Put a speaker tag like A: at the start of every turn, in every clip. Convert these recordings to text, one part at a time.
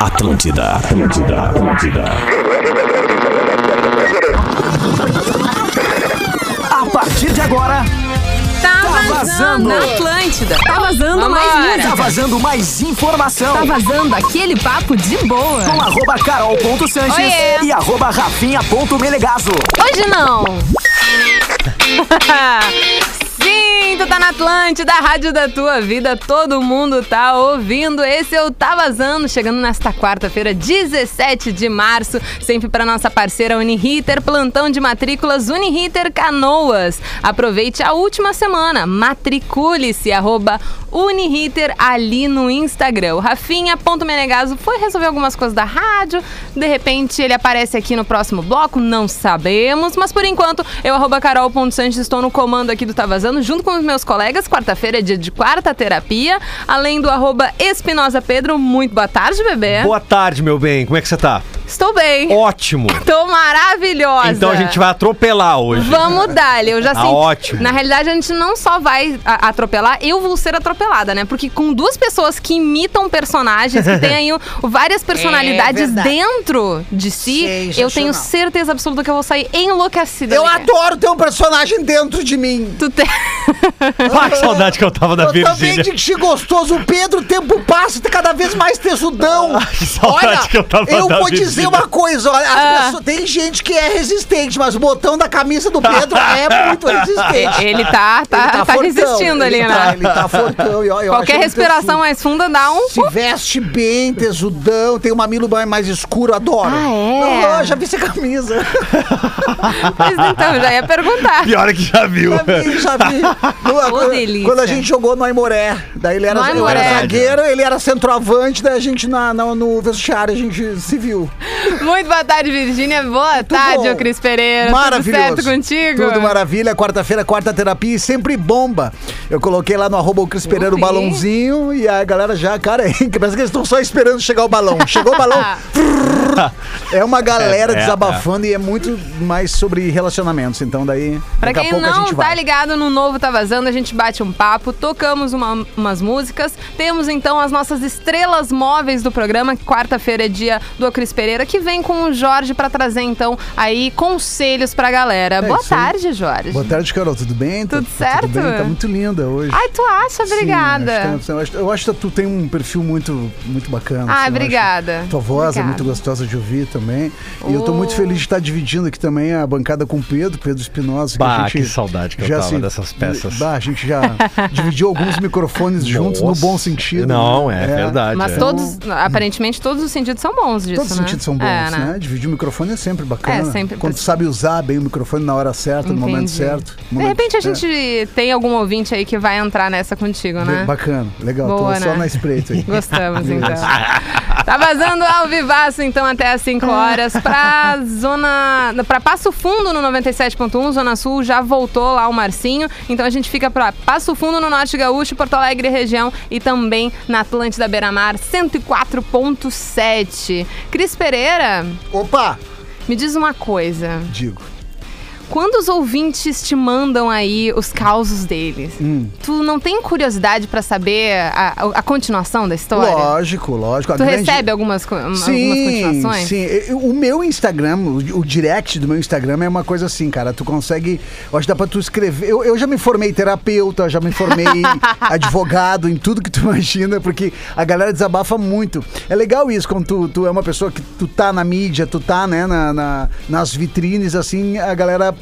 A: Atlântida, Atlântida, Atlântida.
B: A partir de agora,
C: Tá,
B: vazando.
C: vazando. na Atlântida.
D: Tá vazando
C: Vamos
D: mais
C: embora.
D: música.
B: tá vazando mais informação.
D: Tá vazando aquele papo de boa.
B: Com arroba carol.sanches
C: Oiê.
B: e arroba rafinha.melegazo.
C: Hoje não. Sim, tu tá na Atlântida, a rádio da tua vida. Todo mundo tá ouvindo. Esse eu Tá Vazando, chegando nesta quarta-feira, 17 de março. Sempre pra nossa parceira Uniriter, plantão de matrículas Uniriter Canoas. Aproveite a última semana. Matricule-se, arroba Uniriter ali no Instagram. O Rafinha.menegaso foi resolver algumas coisas da rádio. De repente ele aparece aqui no próximo bloco, não sabemos. Mas por enquanto, eu, arroba carol.sanches, estou no comando aqui do Tá Vazando, junto com os meus colegas. Quarta-feira é dia de quarta terapia. Além do arroba Espinosa Pedro, muito boa tarde, bebê.
E: Boa tarde, meu bem. Como é que você tá?
C: Estou bem.
E: Ótimo.
C: Estou maravilhosa.
E: Então a gente vai atropelar hoje.
C: é. Vamos dar, eu já
E: Tá
C: senti.
E: ótimo.
C: Na realidade, a gente não só vai a- atropelar, eu vou ser atropelada, né? Porque com duas pessoas que imitam personagens, que têm aí o- várias
F: É
C: personalidades
D: verdade.
C: dentro de si, eu tenho certeza absoluta que eu vou sair enlouquecida.
F: Eu
C: né, cara?
F: adoro ter um personagem dentro de mim.
C: Tu tem...
E: Ah, que saudade que eu tava da
F: Eu também
E: Virgínia.
F: de que gostoso. O Pedro, o tempo passa, tá cada vez mais tesudão.
E: Ah, que saudade que eu tava
F: eu
E: da
F: vou
E: Virgínia.
F: dizer uma coisa, olha, as
C: Ah.
F: pessoas- tem gente que é resistente, mas o botão da camisa do Pedro é muito resistente.
C: Ele tá, tá,
F: Ele
C: tá,
F: fortão,
C: resistindo
F: ele
C: ali, né?
F: tá- Ele tá fortão. e ó, eu
C: Qualquer
F: acho um
C: respiração
F: tesudo.
C: mais funda dá um...
F: Se veste bem, tesudão, tem um mamilo mais escuro, adoro.
C: Ah, é?
F: Não, eu já vi essa camisa.
C: Pois então, já ia perguntar.
E: Pior é que já viu.
C: Tá
F: Já vi, já vi. No- quando,
C: delícia.
F: quando a gente jogou no Aimoré, daí ele
C: No
F: era, eu era
C: Aimoré.
F: zagueiro, ele era centroavante, daí a gente na, na- no vestiário a gente se viu.
C: Muito boa tarde, Virgínia. Boa tarde,
F: bom.
C: ô Cris Pereira.
F: Maravilhoso.
C: Tudo certo contigo?
F: Tudo maravilha. Quarta-feira, quarta terapia e sempre bomba. Eu coloquei lá no arroba o Cris Pereira o
C: vi.
F: balãozinho e a galera já, cara, é incrível. parece que eles estão só esperando chegar o balão. Chegou o balão.
C: Ah.
F: frrr. é uma galera
E: É, é,
F: desabafando e é muito mais sobre relacionamentos. Então daí,
C: Pra
F: daqui
C: quem
F: a pouco a
C: não
F: gente
C: tá
F: vai.
C: ligado no novo Tá Vazando, a gente bate um papo, tocamos uma- umas músicas, temos então as nossas estrelas móveis do programa, que quarta-feira é dia do Cris Pereira, que vem com o Jorge pra trazer então aí conselhos pra galera. Boa
F: É isso aí.
C: tarde, Jorge.
F: Boa tarde, Carol. Tudo bem? Tá-
C: Tudo
F: tá
C: certo?
F: Tudo bem? Tá muito linda hoje.
C: Ai, tu acha?
F: Sim,
C: Obrigada.
F: acho que tá- eu, acho, eu acho que tu tem um perfil muito, muito bacana.
C: Ai,
F: assim, eu
C: obrigada.
F: acho. Tua voz é
C: Obrigada.
F: muito gostosa de ouvir também. E eu tô
C: Oh.
F: muito feliz de estar dividindo aqui também a bancada com o Pedro, Pedro Espinosa.
E: Bah, que saudade que eu tava dessas peças.
F: Bah, a gente já dividiu alguns microfones juntos no
E: Nossa.
F: bom sentido.
E: Não,
F: né?
E: é, verdade.
C: Mas
E: é.
C: todos, aparentemente, todos os sentidos são bons disso,
F: Todos os
C: né?
F: sentidos são bons,
C: É,
F: né? Dividir o microfone é sempre bacana.
C: É, sempre-
F: Quando tu sabe usar bem o microfone na hora certa, no momento
C: Entendi.
F: certo. no
C: De
F: momento-
C: repente a
F: é.
C: gente tem algum ouvinte aí que vai entrar nessa contigo, né?
F: Bacana, legal.
C: Boa,
F: tô só
C: né?
F: na espreita aí.
C: Gostamos, então. Tá vazando ao vivaço, então, até às 5 horas. Pra zona... Pra Passo Fundo, no 97.1, Zona Sul, já voltou lá o Marcinho. Então a gente fica pra Passo Fundo, no Norte Gaúcho, Porto Alegre região e também na Atlântida Beira-Mar, 104.7. Cris Pereira,
F: Opa!
C: me diz uma coisa.
F: Digo.
C: Quando os ouvintes te mandam aí os causos deles, tu não tem curiosidade pra saber a, a continuação da história?
F: Lógico, lógico. A
C: Então, Tu
F: grande-
C: recebe algumas, co- algumas continuações?
F: Sim, Eu- O meu Instagram, o, o direct do meu Instagram é uma coisa assim, cara. Tu consegue. Eu acho que dá pra tu escrever. Eu, eu já me formei terapeuta, já me formei advogado, em tudo que tu imagina, porque a galera desabafa muito. É legal isso, quando tu, tu é uma pessoa que tu tá na mídia, tu tá, né, na- na- nas vitrines, assim, a galera.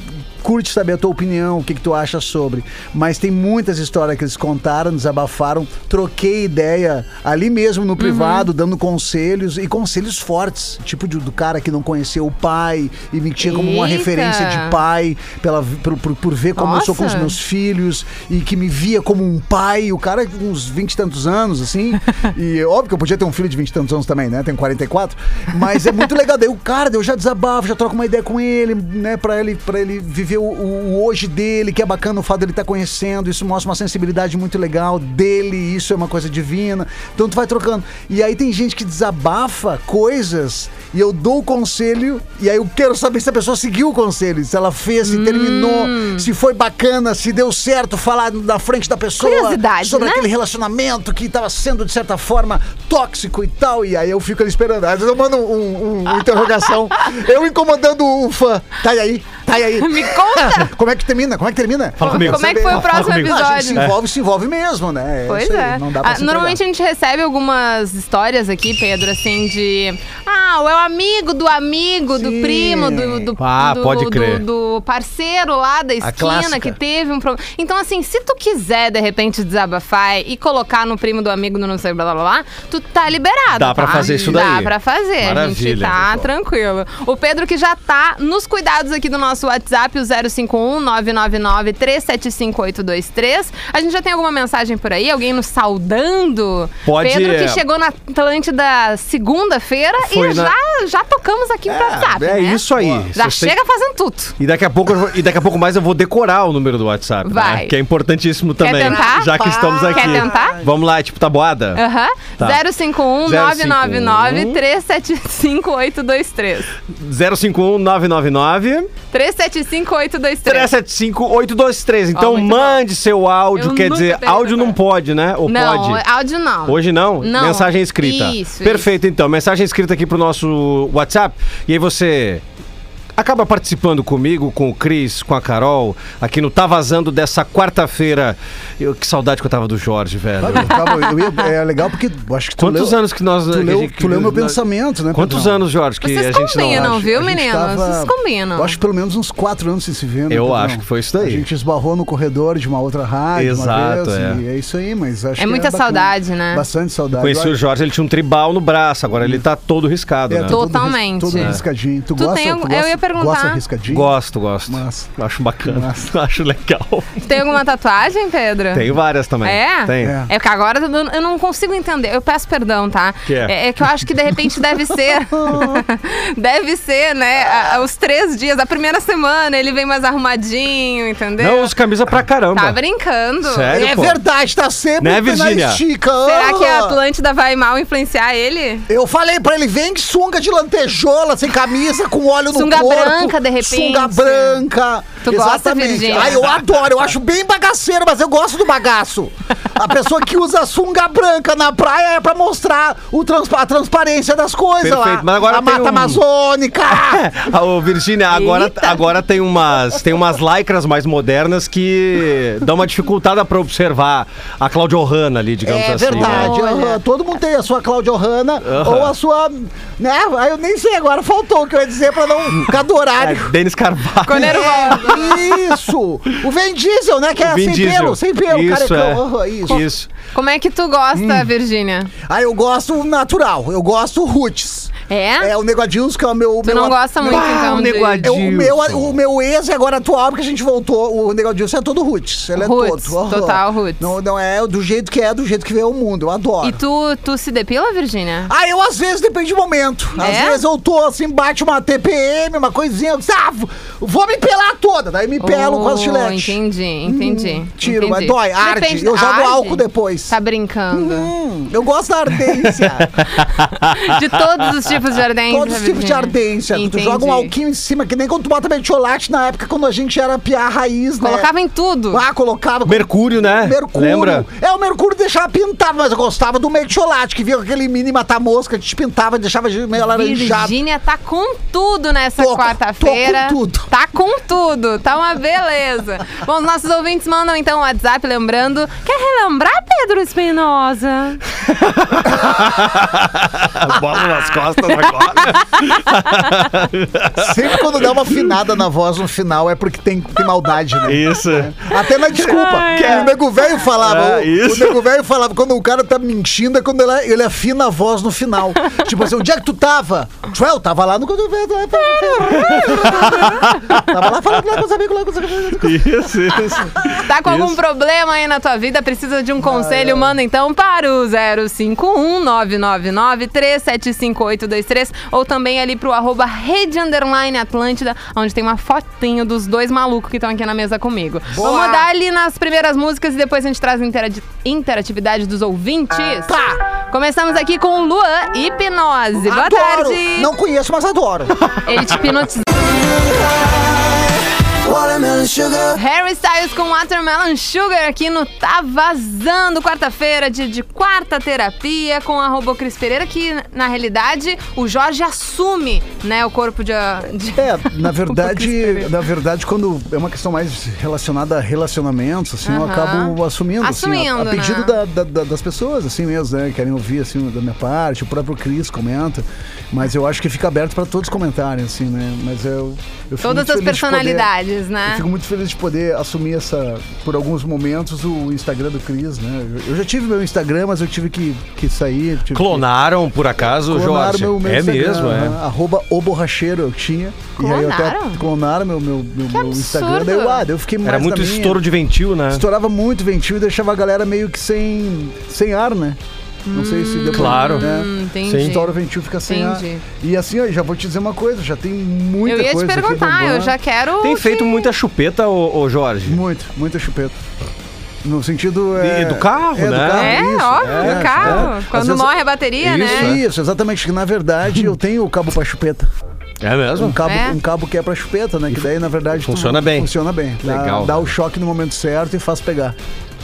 F: Curte saber a tua opinião, o que, que tu acha sobre. Mas tem muitas histórias que eles contaram, desabafaram. Troquei ideia ali mesmo no privado, dando conselhos e conselhos fortes. Tipo de- do cara que não conheceu o pai e me tinha como uma
C: Eita!
F: referência de pai, pela, por, por, por ver como eu sou com os
C: Nossa!
F: meus filhos e que me via como um pai. O cara com uns 20 e tantos anos, assim. e óbvio que eu podia ter um filho de 20 e tantos anos também, né? Tenho 44. Mas é muito legal. Daí o cara, daí eu já desabafo, já troco uma ideia com ele, né? Pra ele, pra ele viver
G: ver o, o hoje dele, que é bacana o fato dele
F: tá
G: estar conhecendo, isso mostra uma sensibilidade muito legal dele, isso é uma coisa divina. Então tu vai trocando. E aí tem gente que desabafa coisas e eu dou o conselho e aí eu quero saber se a pessoa seguiu o conselho, se ela fez, se terminou, se foi bacana, se deu certo falar na frente da pessoa
F: Curiosidade,
G: sobre
F: né?
G: aquele relacionamento que estava sendo, de certa forma, tóxico e tal. E aí eu fico ali esperando. Às vezes eu mando um, um- uma interrogação. Eu incomodando o fã. Tá e aí? Tá e aí?
C: Me conta!
G: Como é que termina? Como é que termina?
E: Fala comigo.
C: Como é que foi o
E: Fala
C: próximo
E: comigo.
G: Ah, a gente se
C: episódio?
G: envolve, se envolve mesmo, né?
C: Pois
G: isso aí,
C: é.
G: Não dá pra
C: Ah,
G: se
C: normalmente a gente recebe algumas histórias aqui, Pedro, assim, de. Ah, é o amigo do amigo, do
G: Sim.
C: primo, do, do,
E: Ah,
C: do-
E: pode
C: do-
E: crer.
C: do parceiro lá da esquina
E: clássica.
C: que teve um problema. Então, assim, se tu quiser, de repente, desabafar e colocar no primo do amigo no não sei blá blá blá, tu tá liberado.
E: Dá pra
C: tá?
E: fazer isso
C: Dá
E: daí.
C: pra fazer. a gente
E: Maravilha,
C: tá
E: pessoal.
C: tranquilo. O Pedro que já tá nos cuidados aqui do nosso WhatsApp, o 051 999 375823. A gente já tem alguma mensagem por aí? Alguém nos saudando?
E: Pode-
C: Pedro que chegou na Atlântida segunda-feira e
E: Foi na-
C: já, já tocamos aqui pro WhatsApp,
E: É
C: né?
E: isso aí.
C: Já
E: Vocês têm-
C: chega fazendo tudo.
E: E daqui, a pouco, eu vou- e daqui a pouco mais eu vou decorar o número do WhatsApp, né?
C: Vai.
E: Que é importantíssimo
C: Quer
E: também.
C: tentar?
E: Já que estamos aqui.
C: Quer tentar?
E: Vamos lá, é tipo tabuada?
C: Aham.
E: Tá.
C: 051 999 375823.
E: 051 999
C: 375823.
E: 375823. Então
C: muito
E: mande seu áudio,
C: Eu
E: quer
C: nunca
E: dizer,
C: tenho
E: áudio não
C: agora.
E: pode, né? Ou
C: Não, é
E: pode?
C: áudio não.
E: Hoje não?
C: Não.
E: Mensagem escrita.
C: Isso,
E: Perfeito, então. Mensagem escrita aqui pro nosso WhatsApp. E aí você acaba participando comigo, com o Cris, com a Carol, aqui no Tá Vazando dessa quarta-feira. Eu, que saudade que eu tava do Jorge, velho.
G: Eu tava- eu ia- é legal porque eu acho que tu
E: Quantos
G: leu,
E: anos que nós...
G: tu leu,
E: que-
G: tu leu meu
E: nós-
G: pensamento, né?
E: Quantos
G: Pedrão?
E: anos, Jorge, que
C: Vocês né,
E: a gente não
C: combinam,
E: acha?
C: viu,
G: A gente
C: meninos?
G: tava-
C: Vocês combinam.
G: Eu acho que pelo menos uns quatro anos sem se ver, né,
E: Eu
G: Pedrão?
E: acho que foi isso daí.
G: A gente esbarrou no corredor de uma outra rádio
E: Exato,
G: uma vez.
E: é.
G: E é isso aí, mas acho
C: É
G: que
C: muita
G: bacana.
C: saudade, né?
G: Bastante saudade.
E: Conheci o Jorge, ele tinha um tribal no braço, agora ele tá todo riscado,
G: É,
E: né?
G: tá todo ris-
C: Totalmente.
G: Todo,
C: É.
G: riscadinho. Tu,
C: Tu
G: gosta,
C: tem
G: tu
C: algum-
G: gosta?
C: eu ia perguntar.
G: Gosta riscadinho?
E: Gosto, gosto.
G: Massa.
E: Acho bacana.
G: Massa.
E: Acho legal.
C: Tem alguma tatuagem, Pedro?
E: Tem várias também.
C: É?
E: Tem.
G: É.
C: É porque agora eu não- eu não consigo entender. Eu peço perdão, tá?
E: Que é?
C: É, é que eu acho que de repente deve ser. deve ser, né? a- os três dias. A primeira semana ele vem mais arrumadinho, entendeu?
E: Não, usa camisa pra caramba.
C: tá brincando.
E: Sério,
G: É
E: pô?
G: verdade, tá sempre
E: Né,
G: na
E: Virgínia?
G: estica.
C: Será que é a
G: Ah!
C: Atlântida vai mal influenciar ele?
G: Eu falei pra ele, vem de sunga de lantejola, sem camisa, com óleo no
C: Sunga
G: um corpo.
C: branca, de repente.
G: Sunga branca.
C: Tu gosta, Virgínia?
G: Ai, eu adoro, eu acho bem bagaceiro, mas eu gosto do bagaço. A pessoa que usa sunga branca na praia é pra mostrar o trans- a transparência das coisas lá.
E: Perfeito, mas agora
G: a
E: tem
G: Mata
E: um-
G: Amazônica.
E: Ah, Ô, Virgínia, agora,
C: Eita.
E: agora tem umas tem umas lycras mais modernas que dão uma dificultada pra observar a Claudio Hanna ali, digamos
G: É
E: assim. né?
G: verdade.
C: Olha.
G: aham. Todo mundo tem a sua Claudio Hanna ou a sua. Né? Aí eu nem sei agora, faltou o que eu ia dizer pra não ficar do
E: É,
G: horário.
E: Denis Carvalho.
G: É, Isso! O Vin Diesel, né? Que é
E: Vin
G: sem
E: Diesel.
G: pelo, sem pelo,
E: isso,
G: carecão. Aham,
E: É.
G: isso.
E: Isso.
C: Como é que tu gosta, Virgínia?
G: Aí eu gosto natural, eu gosto roots.
C: É?
G: É o Negodilson que é o meu.
C: Tu não gosta muito, então. de-
E: neguadinho.
G: É o meu,
E: Dilson.
G: o meu ex e agora atual, porque a gente voltou, o Negodilson é todo roots. Ele é
C: Roots,
G: todo. aham.
C: total roots.
G: Não, não é do jeito que é, do jeito que vê o mundo. Eu adoro.
C: E tu, tu se depila, Virgínia?
G: Ah, eu às vezes depende do momento. Às
C: É?
G: vezes eu tô assim, bate uma TPM, uma coisinha, eu disse, ah, v- vou me pelar toda. Daí me pelo com as
C: Oh,
G: chiletes.
C: Entendi, entendi.
G: Tiro, mas
C: entendi.
G: dói, arde.
C: Depende-
G: eu jogo
C: arde?
G: álcool depois.
C: Tá brincando.
G: Hum, eu gosto da ardência.
C: De todos os tipos de ardência.
G: Todos os tipos de
C: Virgínia.
G: ardência. Tu
C: Entendi.
G: joga um alquinho em cima, que nem quando tu bota mertiolate na época, quando a gente era piar raiz, né?
C: Colocava em tudo.
G: Ah, colocava.
E: Mercúrio, né?
G: Mercúrio.
E: Lembra?
G: É, o mercúrio deixava pintar, mas eu gostava do mertiolate, que vinha com aquele mini mata-mosca, que te pintava, deixava meio alaranjado.
C: Virgínia tá com tudo nessa
G: Tô com-
C: quarta-feira.
G: tô com tudo.
C: Tá com tudo. Tá uma beleza. Bom, os nossos ouvintes mandam então o WhatsApp, lembrando. Quer relembrar, Pedro Espinosa?
E: Bola nas costas agora.
G: Sempre quando dá uma afinada na voz no final é porque tem, tem maldade, né?
E: Isso.
G: Até na desculpa. que O nego velho falava.
E: Ah,
G: o- o,
E: isso.
G: nego velho falava quando o cara tá mentindo é quando ele, ele afina a voz no final. tipo assim, onde é que tu tava? Tu, é, eu tava lá no. tava lá falando lá com os amigos, lá com os amigos.
E: Isso, isso.
C: Tá com algum
E: Isso.
C: problema aí na tua vida? Precisa de um conselho? Manda então para o 051 999 991-21-1023 ou também ali pro arroba Rede Underline Atlântida, onde tem uma fotinho dos dois malucos que estão aqui na mesa comigo. Vamos dar ali nas primeiras músicas e depois a gente traz a interadi- interatividade dos ouvintes. Tá! Começamos aqui com Luan Hipnose. Boa
G: Adoro.
C: tarde!
G: Não conheço, mas adoro.
C: Ele te hipnotizou. Harry Styles com Watermelon Sugar aqui no Tá Vazando, quarta-feira, dia de quarta terapia, com a Robô Cris Pereira, que na realidade o Jorge assume, né, o corpo de. de-
G: É, na
C: Cris
G: verdade,
C: Pereira.
G: na verdade, quando é uma questão mais relacionada a relacionamentos, assim, eu
C: Aham.
G: acabo assumindo, assim,
C: Assumindo,
G: a- a, pedido
C: né?
G: da- da- da- das pessoas, assim mesmo, né? Querem ouvir, assim, da minha parte, o próprio Cris comenta, mas eu acho que fica aberto pra todos comentarem, assim, né? Mas eu, eu fico
C: Todas
G: muito
C: as
G: feliz de poder-
C: personalidades, né?
G: Eu fico muito feliz de poder assumir essa, por alguns momentos, o Instagram do Cris, né? Eu- Eu já tive meu Instagram, mas eu tive que, que sair. Tive que-
E: Clonaram, por acaso,
G: Clonaram
E: Jorge?
G: meu, né? meu
E: é
G: Instagram,
E: mesmo,
G: aham.
E: é.
G: Arroba o borracheiro eu tinha. E aí eu
C: Clonaram?
G: até clonaram meu, meu, meu, meu
C: absurdo.
G: Instagram. Daí eu, ah, daí eu fiquei mais
E: Era muito
G: na minha.
E: estouro de ventil, né?
G: Estourava muito ventil e deixava a galera meio que sem, sem ar, né? Não sei se deu pra-
E: Claro.
C: Hum,
G: Né?
C: entendi.
E: Sim.
G: Estoura o ventil fica sem
C: Entendi.
G: ar. E assim, ó, já vou te dizer uma coisa, já tem muita
C: Eu
G: coisa
C: ia te
G: aqui tá
C: perguntar, eu
G: bombando.
C: já quero.
E: Tem
C: que-
E: feito muita chupeta, ô, ô Jorge.
G: Muito, muita chupeta. No sentido.
E: E do carro,
G: é, Do
E: né?
G: carro,
C: É,
G: isso,
C: óbvio,
G: é,
C: do carro.
G: é. Às
C: Quando
G: vezes-
C: morre a bateria,
G: Isso,
C: né?
G: isso, exatamente. que Na verdade, eu tenho o cabo pra chupeta.
E: É
G: Um
E: mesmo?
G: cabo,
C: É.
G: um cabo que é pra chupeta, né? Que daí, na verdade, tu-
E: funciona bem.
G: Funciona bem. Dá-
E: Legal.
G: Dá o choque no momento certo e faz pegar.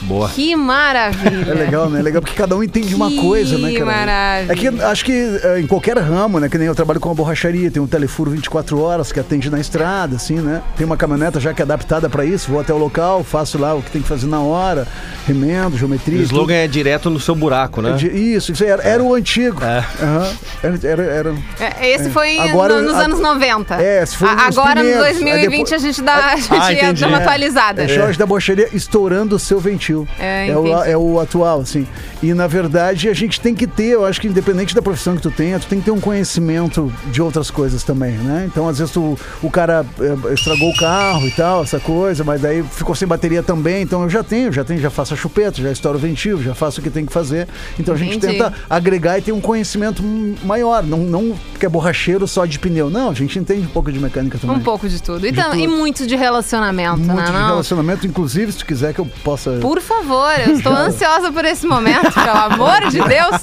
E: Boa.
C: Que maravilha.
G: É legal, né? É legal porque cada um entende uma
C: Que
G: coisa, né, cara?
C: maravilha.
G: É que acho que é, em qualquer ramo, né? Que nem eu trabalho com uma borracharia, tem um telefuro 24 horas que atende na estrada, assim, né? Tem uma caminhoneta já que é adaptada pra isso, vou até o local, faço lá o que tem que fazer na hora, remendo,
E: E
G: geometria.
E: o
G: tudo.
E: slogan é direto no seu buraco, né? É.
G: Isso, isso era, era o antigo. Aham. Era- era- era,
C: É, Esse foi
G: Agora-
C: no- nos
G: a-
C: anos 90.
G: É, esse foi
C: A-
G: nos
C: Agora, no
G: primeiros.
C: 2020,
G: Aí depois- Ah,
C: a gente dá, a gente
E: entendi.
C: dá uma
E: É.
C: atualizada.
G: É Jorge da Borcheria estourando o seu ventil.
C: É,
G: o,
C: entendi.
G: é o atual, assim. E na verdade a gente tem que ter, eu acho que independente da profissão que tu tenha, tu tem que ter um conhecimento de outras coisas também, né? Então, às vezes, tu, o cara eh, estragou o carro e tal, essa coisa, mas daí ficou sem bateria também. Então eu já tenho, já tenho, já faço a chupeta, já estouro o ventil, já faço o que tem que fazer. Então a gente
C: Entendi.
G: tenta agregar e ter um conhecimento hum, maior. Não, não que é borracheiro só de pneu. Não, a gente entende um pouco de mecânica também.
C: Um pouco de tudo. E, tam-
G: tudo.
C: e muito de relacionamento,
G: Muito
C: né?
G: de
C: não?
G: relacionamento, inclusive, se tu quiser que eu possa.
C: Por favor, eu estou ansiosa por esse momento, pelo amor de Deus.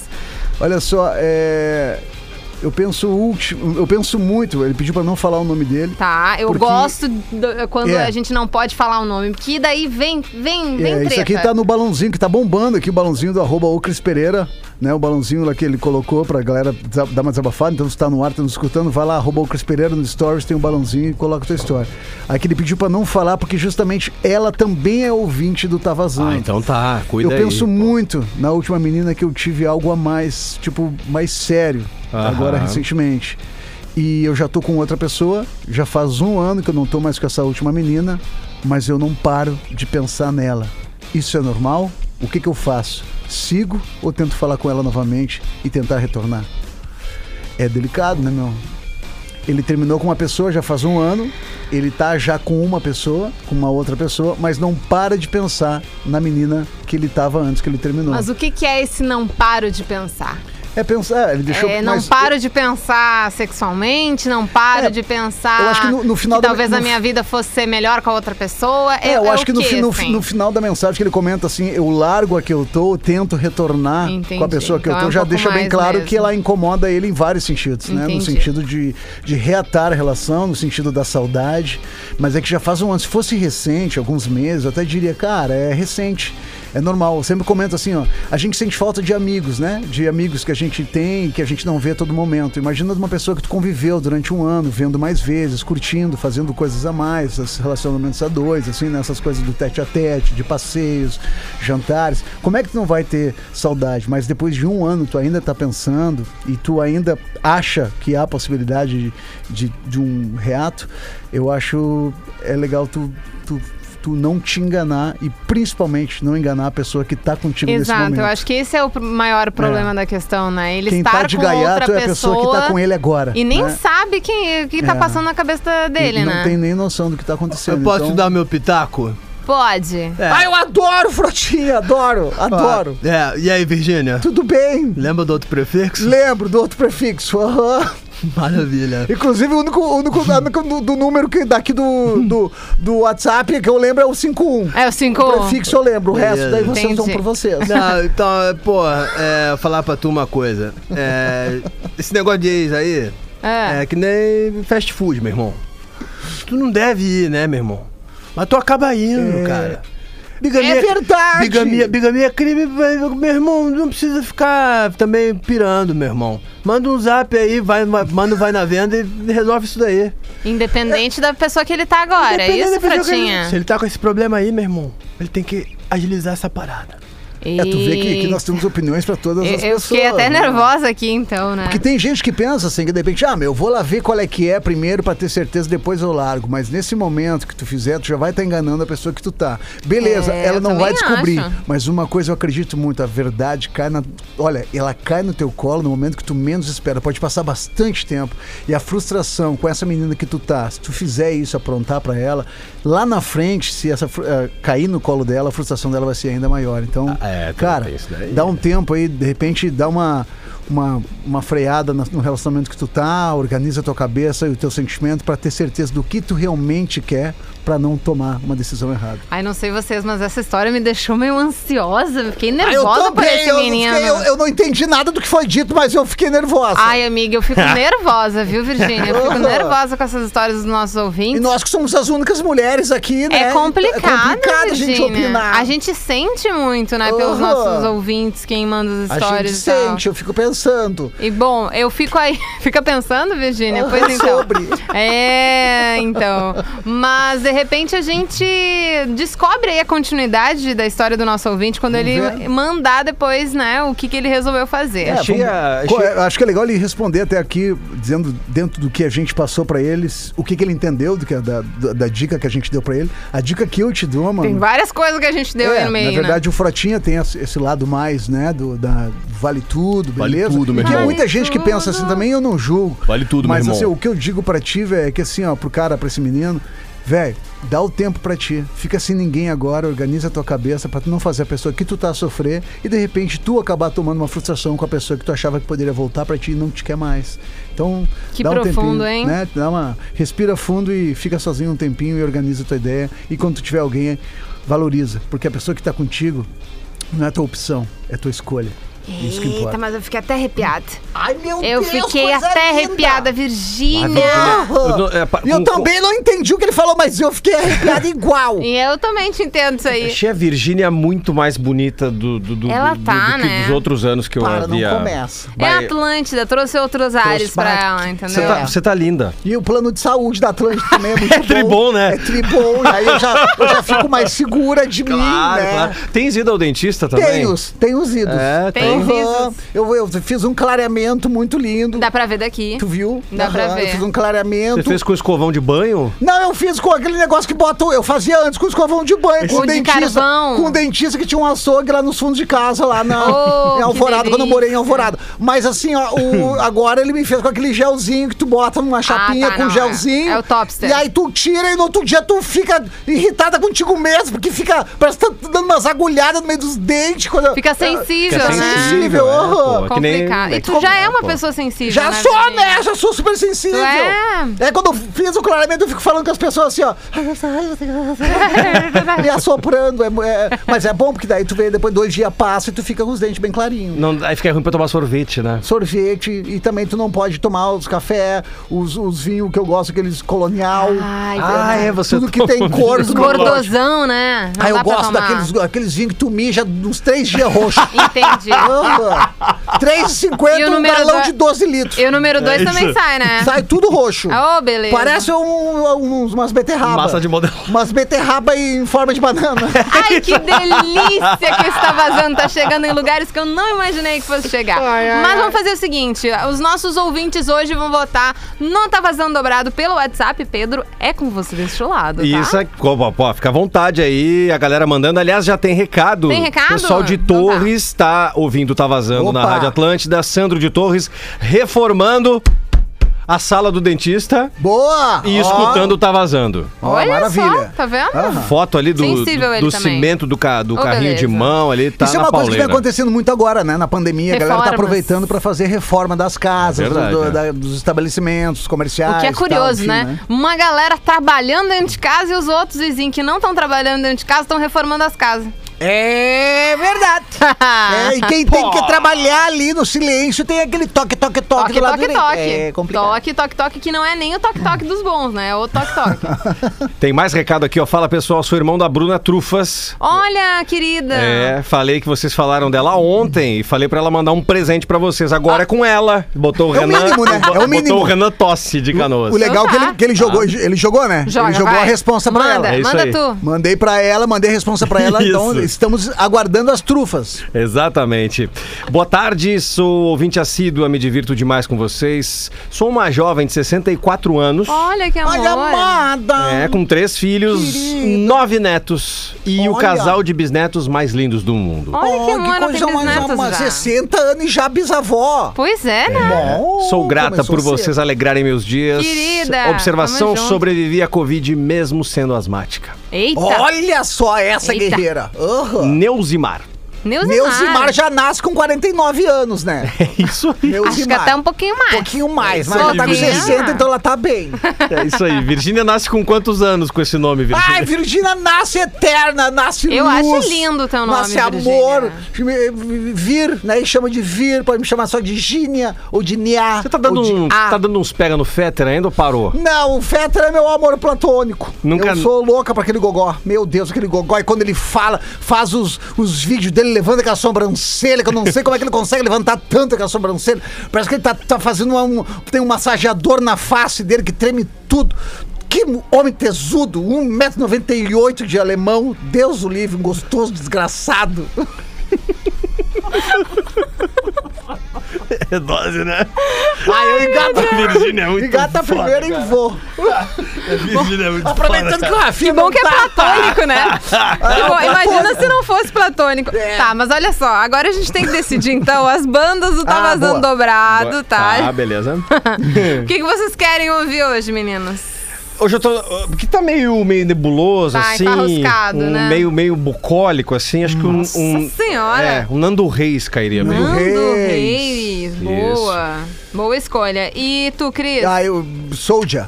G: Olha só, é. Eu penso último, eu penso muito. Ele pediu pra não falar o nome dele.
C: Tá, eu
G: Porque-
C: gosto do- eh, quando
G: É.
C: a gente não pode falar o nome, porque daí vem, vem, vem
G: É,
C: treta.
G: isso aqui tá no balãozinho que tá bombando aqui, o balãozinho do arroba o Cris Pereira, né? O balãozinho lá que ele colocou pra galera desa- dar uma desabafada. Então, se tá no ar, tá nos escutando, vai lá, arroba o Cris Pereira no Stories, tem um balãozinho e coloca a tua história. Aqui ele pediu pra não falar, porque justamente ela também é ouvinte do Tá Vazando.
E: Ah, então tá.
G: Eu
E: Cuida aí.
G: penso muito na última menina que eu tive algo a mais, tipo, mais sério,
E: Aham.
G: agora recentemente. E eu já tô com outra pessoa, já faz um ano que eu não tô mais com essa última menina, mas eu não paro de pensar nela. Isso é normal? O que que eu faço? Sigo ou tento falar com ela novamente e tentar retornar? É delicado, né, meu? Ele terminou com uma pessoa já faz um ano, ele tá já com uma pessoa, com uma outra pessoa, mas não para de pensar na menina que ele tava antes que ele terminou.
C: Mas o que, que é esse não paro de pensar?
G: É pensar, ele deixou.
C: É, não
G: mas-
C: paro de pensar sexualmente, não paro
G: É,
C: de pensar
G: eu acho que no- no final da-
C: talvez
G: no
C: a minha vida fosse ser melhor com a outra pessoa.
G: É, eu
C: é
G: acho
C: o
G: que no,
C: quê,
G: fi- no,
C: assim?
G: no final da mensagem que ele comenta assim, eu largo a que eu tô, tento retornar
C: Entendi.
G: com a pessoa que
C: Então
G: eu
C: é
G: tô,
C: um
G: já
C: pouco
G: deixa bem
C: mais
G: claro
C: mesmo.
G: que ela incomoda ele em vários sentidos, né? No
C: Entendi.
G: sentido de, de reatar a relação, no sentido da saudade, mas é que já faz um ano, se fosse recente, alguns meses, eu até diria, cara, é recente. É normal, eu sempre comento assim, ó, a gente sente falta de amigos, né? De amigos que a gente tem, que a gente não vê a todo momento. Imagina de uma pessoa que tu conviveu durante um ano, vendo mais vezes, curtindo, fazendo coisas a mais, esses relacionamentos a dois, assim, nessas coisas do tete a tete, de passeios, jantares. Como é que tu não vai ter saudade? Mas depois de um ano tu ainda tá pensando e tu ainda acha que há possibilidade de, de, de um reato, eu acho é legal tu. tu tu não te enganar e principalmente não enganar a pessoa que tá contigo nesse
C: Exato,
G: momento. É.
C: eu acho que esse é o pr- maior problema da questão, né? Ele
G: Quem
C: estar
G: tá de
C: com
G: gaiato
C: outra
G: é a pessoa, que tá com ele agora.
C: E nem
G: né?
C: sabe quem- o que tá
G: É.
C: passando na cabeça dele,
G: não
C: né?
G: tem nem noção do que tá acontecendo.
H: Eu posso
G: então-
H: dar meu pitaco?
C: Pode.
G: Ah, eu adoro frotinha, adoro, adoro.
H: É, e aí, Virgínia?
G: Tudo bem.
H: Lembra do outro prefixo?
G: Lembro do outro prefixo. aham.
H: Maravilha.
G: Inclusive, o único, o único, a única do, do número que daqui do, do, do WhatsApp que eu lembro é o 51.
C: É o 5.
G: O prefixo eu lembro, o resto daí vocês
C: Entendi.
G: vão por vocês. né?
H: Não, então, pô, é, falar pra tu uma coisa. É, esse negócio de ex aí
C: É.
H: é. que nem fast food, meu irmão. Tu não deve ir, né, meu irmão? Mas tu acaba indo, cara. Bigamia,
G: É verdade.
H: Bigamia, bigamia é crime, velho. meu irmão. Não precisa ficar também pirando, meu irmão. Manda um zap aí, vai, vai- manda um vai na venda e resolve isso daí.
C: Independente da pessoa que ele tá agora. É
H: Dependendo
C: isso,
H: da pessoa que ele- Se
C: Pratinha?
H: ele tá com esse problema aí, meu irmão, ele tem que agilizar essa parada.
G: É, tu vê que, que nós temos opiniões pra todas as
C: Eu,
G: pessoas.
C: eu fiquei até
G: né?
C: nervosa aqui, então, né?
G: Porque tem gente que pensa assim, que de repente, ah, meu, eu vou lá ver qual é que é primeiro pra ter certeza, depois eu largo. Mas nesse momento que tu fizer, tu já vai estar enganando a pessoa que tu tá. Beleza,
C: É,
G: ela
C: eu
G: não vai
C: também
G: descobrir.
C: acho.
G: Mas uma coisa eu acredito muito, a verdade cai na. Olha, ela cai no teu colo no momento que tu menos espera. Pode passar bastante tempo. E a frustração com essa menina que tu tá, se tu fizer isso, aprontar pra ela, lá na frente, se essa fru- eh, cair no colo dela, a frustração dela vai ser ainda maior. Então,
E: Ah, é, tem-
G: cara,
E: tem isso daí.
G: dá um tempo aí, de repente dá uma, uma, uma freada na- no relacionamento que tu tá, organiza a tua cabeça e o teu sentimento pra ter certeza do que tu realmente quer pra não tomar uma decisão errada.
C: Ai, não sei vocês, mas essa história me deixou meio ansiosa. eu Fiquei nervosa por esse
G: eu,
C: menino.
G: eu, não entendi nada do que foi dito, mas eu fiquei nervosa.
C: Ai, amiga, eu fico nervosa, viu, Virgínia? Eu fico nervosa com essas histórias dos nossos
G: Uhum. e
C: ouvintes.
G: nós que somos as únicas mulheres aqui, né?
C: É complicado,
G: É complicado a gente
C: Virgínia.
G: opinar.
C: A gente sente muito, né, pelos
G: Aham.
C: nossos ouvintes, quem manda as
G: A
C: histórias
G: gente
C: e tal.
G: sente, eu fico pensando.
C: E bom, eu fico aí. Fica pensando, Virgínia?
G: Ah,
C: Pois então.
G: sobre.
C: É, então. Mas de repente a gente descobre aí a continuidade da história do nosso ouvinte quando ele
G: ver.
C: mandar depois, né, o que, que ele resolveu fazer.
E: É, achei a-
G: Co-
E: achei-
G: eu Acho que é legal ele responder até aqui, dizendo dentro do que a gente passou pra eles, o que, que ele entendeu do que, da, da- da dica que a gente deu pra ele. A dica que eu te dou, mano.
C: Tem várias coisas que a gente deu
G: hum. é,
C: aí no meio, né?
G: na verdade, o Frotinha tem esse esse lado mais, né? Do, da Vale Tudo, beleza?
E: tudo, meu
G: Porque
E: irmão.
G: há muita gente que pensa assim também, eu não julgo.
E: Vale tudo, meu
G: Mas
E: irmão.
G: assim, o que eu digo pra ti, velho, é que assim, ó, pro cara, pra esse menino, velho, dá o tempo pra ti. Fica sem ninguém agora, organiza a tua cabeça pra tu não fazer a pessoa que tu tá a sofrer e de repente tu acabar tomando uma frustração com a pessoa que tu achava que poderia voltar pra ti e não te quer mais. Então,
C: Que
G: dá um
C: profundo,
G: tempinho,
C: hein?
G: Né? Dá uma, respira fundo e fica sozinho um tempinho e organiza a tua ideia. E quando tu tiver alguém, valoriza, porque a pessoa que tá contigo não é tua opção, é tua escolha.
C: né?
G: Isso que importa.
C: Eita, mas eu fiquei até arrepiada.
G: Ai, meu
C: Eu fiquei até arrepiada, Virgínia.
E: Ah, é Eu não- é, pa-
G: E eu
E: com-
G: também não entendi o que ele falou, mas eu fiquei arrepiado igual.
C: E eu também te entendo isso aí.
E: Achei a Virgínia muito mais bonita do, do, do-
C: Ela
E: do-
C: tá,
E: do que
C: né?
E: dos outros anos que eu
G: Para, não
E: havia.
G: começa.
C: É
E: Vai-
C: Atlântida, trouxe outros ares pra
G: bate-
C: ela,
E: Você
C: entendeu?
E: tá, você tá linda.
G: E o plano de saúde da Atlântida também é muito bom.
E: tribom, né?
G: É tribom, e aí eu já, eu já fico mais segura de mim, né?
E: Tens ido ao dentista também?
G: Tem os, tem os idos.
E: É,
C: Tem
E: tem.
C: os
G: Aham.
C: idos.
G: Eu, eu fiz um clareamento muito lindo.
C: Dá pra ver daqui.
G: Tu viu?
C: Dá pra
G: Aham,
C: ver.
G: Eu fiz um clareamento.
E: Você fez com escovão de banho?
G: Não, eu fiz com aquele negócio que botam. Eu fazia antes com escovão de banho, com
C: O
G: o
C: de
G: dentista.
C: carvão.
G: Com o dentista que tinha um açougue lá nos fundos de casa, lá na
C: Oh,
G: em
C: que
G: Alvorada, quando eu morei em
C: delícia.
G: Alvorada. Mas assim, ó, o- agora ele me fez com aquele gelzinho que tu bota numa chapinha
C: tá,
G: com
C: não,
G: gelzinho.
C: é. É o Topster.
G: E aí tu tira e no outro dia tu fica irritada contigo mesmo, porque fica. Parece que tá dando umas agulhadas no meio dos dentes. Quando, Ah,
C: Fica sensível,
E: Fica
C: né?
G: sensível,
E: é,
G: aham.
E: pô, é que nem-
C: Complicado.
E: é
C: E
E: que
C: tu
E: como-
C: já é uma
E: pô.
C: pessoa sensível.
G: né, Já
C: né,
G: sou,
C: Virginia?
G: né? Já sou super sensível.
C: Tu é?
G: É quando eu fiz o clareamento, eu fico falando com as pessoas assim, ó. Me assoprando. É, é- mas é bom, porque daí tu vê, depois dois dias passa e tu fica com os dentes bem clarinhos.
E: Não, aí fica ruim pra tomar sorvete, né?
G: Sorvete, e também tu não pode tomar os café, os, os vinhos que eu gosto, aqueles colonial.
C: Ai,
E: Ah, é, você
G: tudo que
E: toma
G: tem cor.
E: vinho
G: tu não pode.
C: Gordosão, né? Não
G: Ah, eu
C: dá pra
G: gosto
C: tomar.
G: daqueles, aqueles vinhos que tu mija uns três dias roxo.
C: Entendi.
G: Ah,
C: E o
G: 3,50 um
C: número
G: galão
C: dois-
G: de 12 litros.
C: E o número dois também sai, né?
G: É Sai tudo roxo.
C: Ah, Ô, beleza.
G: Parece um, um- umas beterrabas.
E: Massa de modelo.
G: Umas beterraba em forma de banana.
C: Ai,
G: Então.
C: que delícia que está vazando. Tá chegando em lugares que eu não imaginei que fosse chegar. Mas vamos fazer o seguinte: os nossos ouvintes hoje vão votar no Tá Vazando Dobrado pelo WhatsApp. Pedro, é com você deste lado. Tá?
E: Isso, é- pô, pô, pô, fica à vontade aí, a galera mandando. Aliás, já tem recado.
C: Tem recado?
E: O pessoal de
C: Então tá.
E: Torres tá ouvindo, tá vazando na
G: Opa.
E: Rádio Atlântida. Sandro de Torres reformando a sala do dentista
G: Boa!
E: e
G: Ó,
E: escutando Tá Vazando.
G: ó,
C: Olha
G: maravilha. Ah,
C: só, tá vendo?
G: Aham.
E: Foto ali do,
C: Sensível
E: do,
C: ele
E: do
C: também.
E: cimento do, ca- do
C: Ô,
E: carrinho de
C: beleza.
E: mão ali, tá
G: Isso é
E: na
G: uma coisa que
E: pauleira.
G: vem acontecendo muito agora, né? Na pandemia, a galera tá
C: Reformas.
G: aproveitando pra fazer reforma das casas,
E: Verdade,
G: do-
E: é.
G: da- dos estabelecimentos comerciais.
C: O que é
G: e tal,
C: curioso,
G: enfim,
C: né? Uma galera trabalhando dentro de casa e os outros vizinhos que não estão trabalhando dentro de casa estão reformando as casas. É verdade. Ah,
G: É, e quem tem que trabalhar ali no silêncio tem aquele toque, toque, toque,
C: Toque,
G: do lado
C: toque,
G: direito.
C: toque.
G: É complicado.
C: toque, toque, toque, que não é nem o toque, toque dos bons, né? É o toque, toque.
E: Tem mais recado aqui, ó. Fala pessoal, sou irmão da Bruna Trufas.
C: Olha, querida.
E: É, falei que vocês falaram dela ontem e falei pra ela mandar um presente pra vocês. Agora
G: Ah.
E: é com ela. Botou o
G: É o
E: Renan.
G: mínimo, né? É o
E: Botou
G: mínimo.
E: o Renan Ah. Tosse de canoas.
G: O legal é que
C: Então tá.
G: ele, que ele jogou, ele jogou, né?
C: Joga,
G: ele jogou
C: vai.
G: a responsa pra
C: manda,
G: ela.
E: É isso
C: Manda
E: aí.
C: tu.
G: Mandei pra ela, mandei a responsa pra ela, então
E: Isso.
G: estamos aguardando as trufas.
E: Exatamente. Boa tarde, sou ouvinte assídua, me divirto demais com vocês. Sou uma jovem de 64 anos.
G: Ah.
C: Olha que amor.
G: Olha, amada!
E: É, com três filhos, nove netos e o
G: Olha.
E: casal de bisnetos mais lindos do mundo.
C: Olha que
G: Oh,
C: amor, ela tem bisnetos
G: ama-
C: já.
G: 60 anos e já bisavó.
C: Pois é, né?
G: Bom,
E: Sou grata
G: Uh, começou
E: por
G: cedo.
E: vocês alegrarem meus dias.
C: Querida,
E: Observação:
C: tamo junto.
E: sobrevivi à Covid mesmo sendo asmática.
C: Eita.
G: Olha só essa
C: Eita.
G: guerreira.
E: Uhum.
G: Aham.
E: Neuzimar.
G: Neuzimar
C: Neuzimar.
G: já nasce com 49 anos, né?
E: É isso aí.
G: Neuzimar.
C: Acho que até um pouquinho mais.
G: pouquinho mais, mas
C: Sou
G: ela tá com
E: Virgínia.
G: 60, então ela tá bem.
E: É isso aí. Virgínia nasce com quantos anos com esse nome, Virgínia?
G: Ai, Virgínia nasce eterna, nasce
C: Eu
G: luz.
C: acho lindo o teu nome,
G: Nasce amor. Vir, né? E Chama de Vir, pode me chamar só de Gínia ou de Nia.
E: Você tá dando,
G: ou de
E: um,
G: A.
E: tá dando uns pega no Fetter ainda ou parou?
G: Não, o Fetter é meu amor platônico.
E: Nunca-
G: Eu sou louca pra aquele gogó. Meu Deus, aquele gogó. E quando ele fala, faz os, os vídeos dele levando aquela sobrancelha, que eu não sei como é que ele consegue levantar tanto aquela sobrancelha. Parece que ele tá, tá fazendo uma- um. Tem um massageador na face dele que treme tudo. Que homem tesudo, 1,98m de alemão, Deus o livre, um gostoso, desgraçado.
E: É dose, né?
G: Aí eu engata,
E: Virgínia é muito foda,
G: engata primeiro e vou.
E: Virgínia é muito
G: Aproveitando que o Rafinha
C: Que bom
G: não
C: que é
G: tá. É um
C: platônico, né? Que bom, imagina se não fosse platônico. Tá, mas olha só, agora a gente tem que decidir então as bandas do Tá
G: Ah,
C: Vazando
G: boa.
C: Dobrado,
E: Ah,
C: tá?
E: beleza.
C: O que, que vocês querem ouvir hoje, meninos?
E: Hoje eu tô. uh, Porque tá meio, meio nebuloso,
C: Tá,
E: assim.
C: enfarruscado,
E: um,
C: né?
E: Meio, meio bucólico, assim. Acho que um. um
C: Nossa senhora!
E: é, um Nando Reis cairia bem.
G: Nando
C: Nando
G: Reis.
C: Reis. Boa. Boa escolha. E tu, Cris?
G: Ah, eu. Soldier.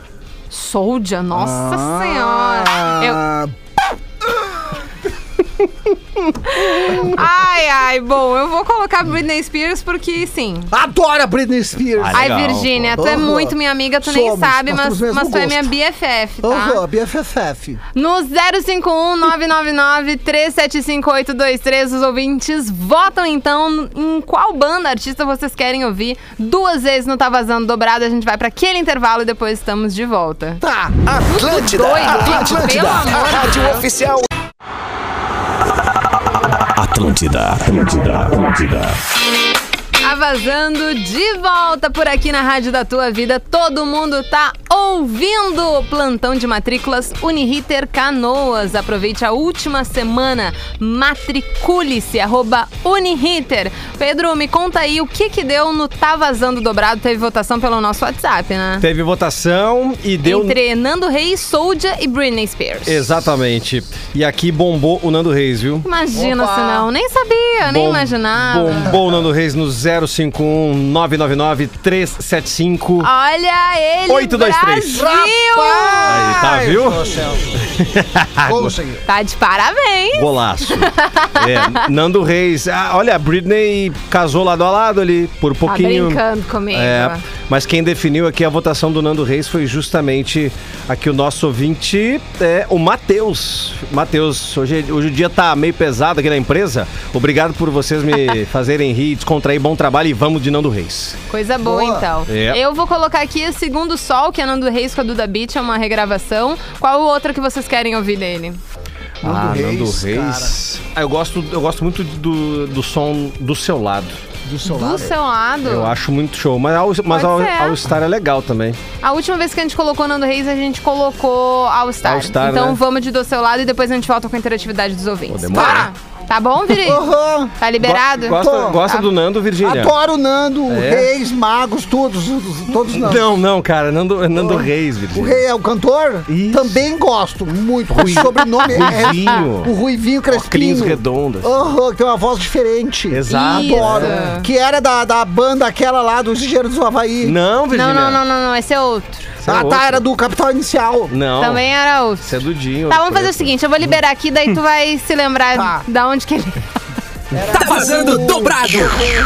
C: Soldier, nossa senhora. Eu-
G: Ah,
C: Ai, ai, bom, eu vou colocar Britney Spears porque sim.
G: Adoro a Britney Spears.
E: Ah,
C: Ai,
E: legal,
C: Virgínia,
G: pô.
C: tu é
G: Aham.
C: muito minha amiga, tu nem
G: Somos,
C: sabe,
G: nós
C: mas,
G: temos o mesmo
C: mas tu é minha
G: gosto.
C: BFF, tá?
G: Aham, BFFF.
C: No 051-999-375823, os ouvintes votam então em qual banda artista vocês querem ouvir. Duas vezes no Tá Vazando Dobrado, a gente vai pra aquele intervalo e depois estamos de volta.
G: Tá.
B: Atlântida,
C: Doido, hein?
B: Atlântida,
C: Pelo
B: a
C: amor de
B: rádio
C: Deus.
B: oficial
A: Atlântida, Atlântida, Atlântida.
C: Tá vazando de volta por aqui na Rádio da Tua Vida. Todo mundo tá ouvindo! Plantão de matrículas Uniriter Canoas. Aproveite a última semana. Matricule-se, arroba Uniriter. Pedro, me conta aí o que que deu no Tá Vazando Dobrado. Teve votação pelo nosso WhatsApp, né?
E: Teve votação e deu.
C: Entre Nando Reis, Soldier e Britney Spears.
E: Exatamente. E aqui bombou o Nando Reis, viu?
C: Imagina se não. Nem sabia, nem
E: Bom-
C: imaginava.
E: Bombou o Nando Reis no 051 999 375
C: Olha ele,
E: 823.
C: Brasil!
E: Aí, tá, viu?
G: Conseguiu.
C: Tá de parabéns!
E: Golaço. É, Nando Reis. Ah, olha, a Britney casou lado a lado ali, por pouquinho.
C: Tá brincando comigo.
E: É, mas quem definiu aqui a votação do Nando Reis foi justamente aqui o nosso ouvinte, é, o Matheus. Matheus, hoje, hoje o dia tá meio pesado aqui na empresa. Obrigado por vocês me fazerem rir, descontrair, bom trabalho e vamos de Nando Reis.
C: Coisa boa,
G: Boa.
C: então.
E: É.
C: Eu vou colocar aqui Segundo Sol, que é Nando Reis com a Duda Beat, é uma regravação. Qual o outro que vocês querem ouvir dele?
E: ah,
G: Reis,
E: Nando Reis. Ah, eu, gosto, eu gosto muito do, do som do seu lado.
G: Do seu
C: Do
G: lado.
C: seu lado.
E: Eu acho muito show. Mas All, mas
C: Pode
E: All,
C: ser.
E: All Star é legal também.
C: A última vez que a gente colocou Nando Reis, a gente colocou All Star.
E: All Star,
C: então
E: né?
C: vamos de Do Seu Lado e depois a gente volta com a interatividade dos ouvintes.
E: demorou.
C: Bora! Tá bom, Viri?
G: Aham.
C: Tá liberado? Tá.
E: Gosta,
G: Pô,
E: gosta do Nando, Virgínia?
G: Adoro o Nando, o
E: É?
G: Reis, Magos, todos, os- todos não.
E: Não, não, cara. Nando, Nando Reis,
G: O
E: Virgínia.
G: rei é o cantor?
E: Isso.
G: Também gosto, muito. O sobrenome é-
E: Ruivinho.
G: é o Ruivinho
E: Clínios
G: Crespinho.
E: redondas.
G: Aham, que tem uma voz diferente.
E: Exato. É.
G: Adoro.
C: Isso.
G: Que era da, da banda aquela lá dos Engenheiros do Havaí.
E: Não,
C: Não,
E: Virgínia.
C: não, não, não, não. Esse é outro.
E: Esse é
G: Ah,
E: outro.
G: tá, era do Capital Inicial.
E: Não.
C: Também era outro.
E: Esse é do Dinho.
C: Tá, vamos fazer o seguinte, eu vou liberar aqui, daí tu vai se lembrar
G: Tá.
C: da onde que ele
B: Tá vazando dobrado.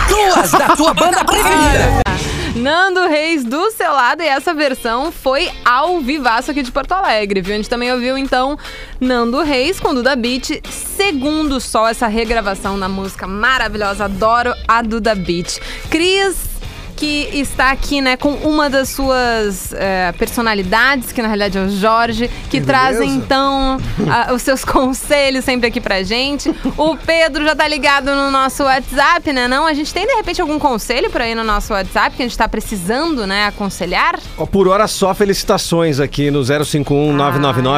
B: Duas da tua banda preferida.
C: Ah, Nando Reis do seu lado e essa versão foi ao vivaço aqui de Porto Alegre, viu? A gente também ouviu então Nando Reis com Duda Beat, segundo só essa regravação na música maravilhosa, adoro a Duda Beat. Cris que está aqui, né, com uma das suas eh, personalidades, que na realidade é o Jorge, que traz então a- os seus conselhos sempre aqui pra gente. O Pedro já tá ligado no nosso WhatsApp, né? Não, a gente tem de repente algum conselho pra ir no nosso WhatsApp que a gente tá precisando, né, aconselhar?
E: Ó, Por hora só, felicitações aqui no 051 999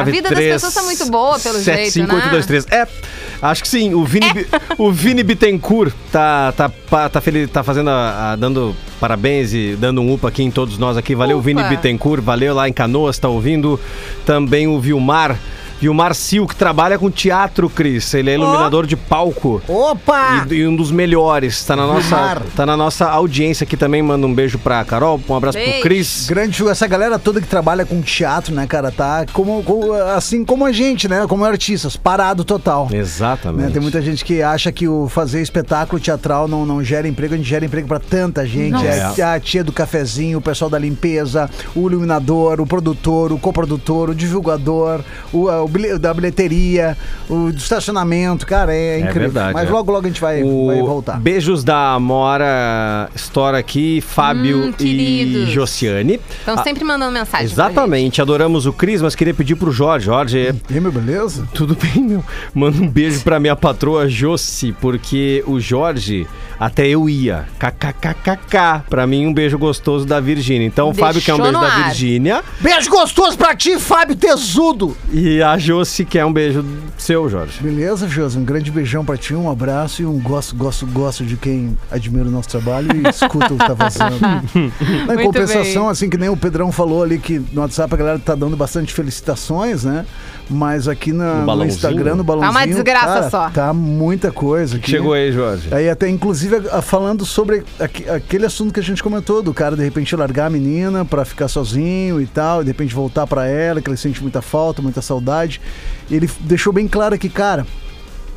C: Ah, a vida das pessoas tá muito boa, pelo jeito, né? É.
E: 75823. É, acho que sim. O Vini, Bi- o Vini Bittencourt tá, tá, pa- tá, feliz, tá fazendo, a- a- dando parabéns e dando um upa aqui em todos nós aqui. Valeu,
C: Upa.
E: Vini Bittencourt. Valeu lá em Canoas, tá ouvindo. Também o Vilmar. Vilmar Sil, que trabalha com teatro, Cris. Ele é iluminador de palco.
C: Ah.
G: Opa!
E: E, e um dos melhores. Tá na, nossa,
G: Vilmar.
E: tá na nossa audiência aqui também. Manda um beijo pra Carol, um abraço
C: Beijo.
E: pro Cris.
G: Grande, essa galera toda que trabalha com teatro, né, cara, tá como, como- assim como a gente, né, como artistas, parado total.
E: Exatamente.
G: Né, tem muita gente que acha que o fazer espetáculo teatral não, não gera emprego, a gente gera emprego pra tanta gente. É a tia do cafezinho, o pessoal da limpeza, o iluminador, o produtor, o coprodutor, o divulgador, o, a- o bilhe- da bilheteria, o do estacionamento, cara, é, incrível.
E: verdade,
G: Mas
E: é.
G: logo, logo a gente vai,
E: O
G: vai voltar.
E: Beijos da Amora Store aqui, Fábio
C: Hum,
E: e
C: queridos. um
E: Josiane.
C: Estão
E: Ah,
C: sempre mandando mensagem. pra
E: Exatamente, adoramos o Cris, mas queria pedir pro Jorge. Jorge,
G: E aí, meu, beleza?
E: tudo bem, meu? Manda um beijo pra minha patroa Josi, porque o Jorge, até eu ia. KKKKK. Pra mim, um beijo gostoso da Virgínia. Então, o Fábio quer um
C: Deixou
E: beijo
C: no ar.
E: da Virgínia
G: Beijo gostoso pra ti, Fábio Tesudo!
E: e a Josi quer um beijo seu, Jorge.
G: Beleza, Josi? Um grande beijão pra ti, um abraço e um gosto, gosto, gosto de quem admira o nosso trabalho e escuta o que tá vazando. Na
C: Muito
G: compensação,
C: bem.
G: assim que nem o Pedrão falou ali, que no WhatsApp a galera tá dando bastante felicitações, né? Mas aqui na- no
E: Um balãozinho.
G: Instagram, no Um balãozinho...
C: Tá desgraça
G: cara,
C: só.
G: Tá muita coisa aqui.
E: Chegou aí, Jorge.
G: Aí até, inclusive, a- a- falando sobre aque- aquele assunto que a gente comentou, do cara de repente largar a menina pra ficar sozinho e tal, e de repente voltar pra ela, que ele sente muita falta, muita saudade. Ele f- deixou bem claro que, cara,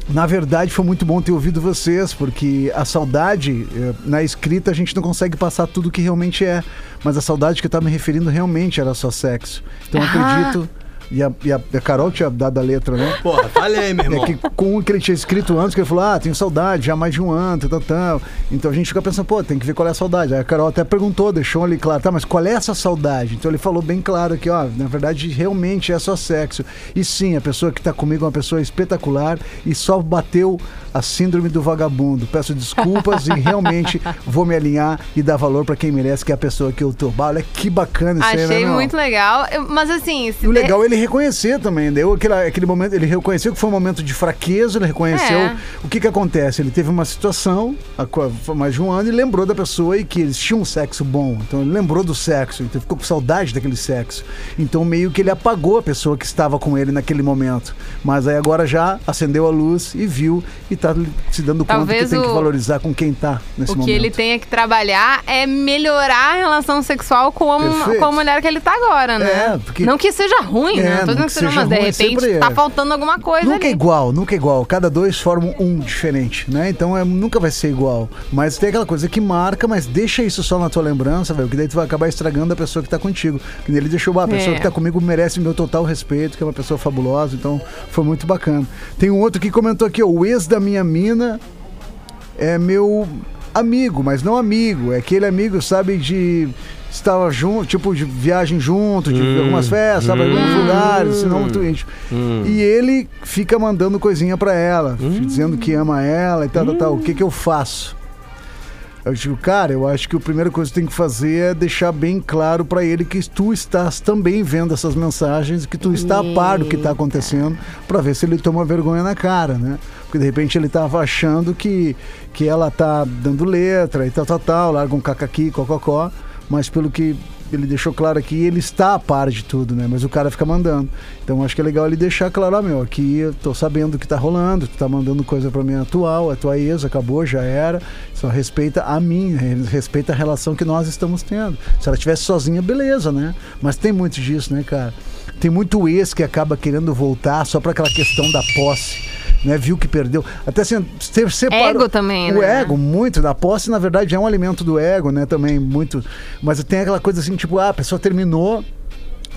G: na verdade foi muito bom ter ouvido vocês, porque a saudade, eh, na escrita, a gente não consegue passar tudo que realmente é. Mas a saudade que eu tava me referindo realmente era só sexo. Então eu acredito. E a, e a- a Carol tinha dado a letra, né?
E: É.
H: Porra, falei, meu irmão.
G: É que com o que ele tinha escrito antes, que ele falou, ah, tenho saudade, já há mais de um ano, tal, tal, tal. Então a gente fica pensando, pô, tem que ver qual é a saudade. Aí a Carol até perguntou, deixou ali claro, tá, mas qual é essa saudade? Então ele falou bem claro aqui, ó, na verdade realmente é só sexo. E sim, a pessoa que tá comigo é uma pessoa espetacular e só bateu a síndrome do vagabundo. Peço desculpas e realmente vou me alinhar e dar valor pra quem merece, que é a pessoa que eu tô. Bah, olha que bacana isso aí, né,
C: Achei
G: meu?
C: muito legal. Eu- mas assim, se
G: E o
C: de-
G: legal é ele reconhecer também, deu aquele, aquele momento, ele reconheceu que foi um momento de fraqueza, ele reconheceu
C: É.
G: o que que acontece, ele teve uma situação a qual- foi mais de um ano e lembrou da pessoa e que eles tinham um sexo bom, então ele lembrou do sexo, então ficou com saudade daquele sexo, então meio que ele apagou a pessoa que estava com ele naquele momento, mas aí agora já acendeu a luz e viu e tá se dando conta
C: Talvez
G: que tem que
C: o-
G: valorizar com quem tá nesse
C: O que
G: momento.
C: ele tenha que trabalhar é melhorar a relação sexual com a, mu-
G: Perfeito.
C: com a mulher que ele tá agora, né?
G: É, porque-
C: Não que seja ruim,
G: É,
C: né? Tô
G: não
C: dizendo
G: que
C: que seja ruim,
G: seja
C: mas de
G: ruim,
C: repente
G: sempre
C: tá
G: é.
C: faltando alguma coisa
G: Nunca é
C: ali.
G: igual, nunca é igual. Cada dois formam um diferente, né? Então é, nunca vai ser igual. Mas tem aquela coisa que marca, mas deixa isso só na tua lembrança, velho. Que daí tu vai acabar estragando a pessoa que tá contigo. Que nem ele deixou, ah, a pessoa
C: É.
G: que tá comigo merece meu total respeito, que é uma pessoa fabulosa, então foi muito bacana. Tem um outro que comentou aqui, ó, o ex da minha mina é meu amigo, mas não amigo. É aquele amigo, sabe, de. Estava junto, tipo, de viagem junto, de algumas festas, sabe, alguns lugares, senão muito íntimo. E ele fica mandando coisinha pra ela, dizendo que ama ela e tal, tal, tal. O que que eu faço? Eu digo, cara, eu acho que a primeira coisa que tu tem que fazer é deixar bem claro pra ele que tu estás também vendo essas mensagens, que tu está a par do que tá acontecendo, pra ver se ele toma vergonha na cara, né? Porque de repente ele tava achando que, que ela tá dando letra e tal, tal, tal, larga um caca aqui, cococó, mas pelo que ele deixou claro aqui, ele está a par de tudo, né? Mas o cara fica mandando. Então acho que é legal ele deixar claro, ó, meu, aqui eu tô sabendo o que tá rolando, tu tá mandando coisa pra mim atual, é tua ex, acabou, já era. Só respeita a mim, re- respeita a relação que nós estamos tendo. Se ela estivesse sozinha, beleza, né? Mas tem muito disso, né, cara? Tem muito ex que acaba querendo voltar só pra aquela questão da posse. Né, viu que perdeu. Até se, se separou.
C: Ego também,
G: o
C: né?
G: ego, muito. Na posse, na verdade, é um alimento do ego, né? Também, muito. Mas tem aquela coisa assim, tipo, ah, a pessoa terminou,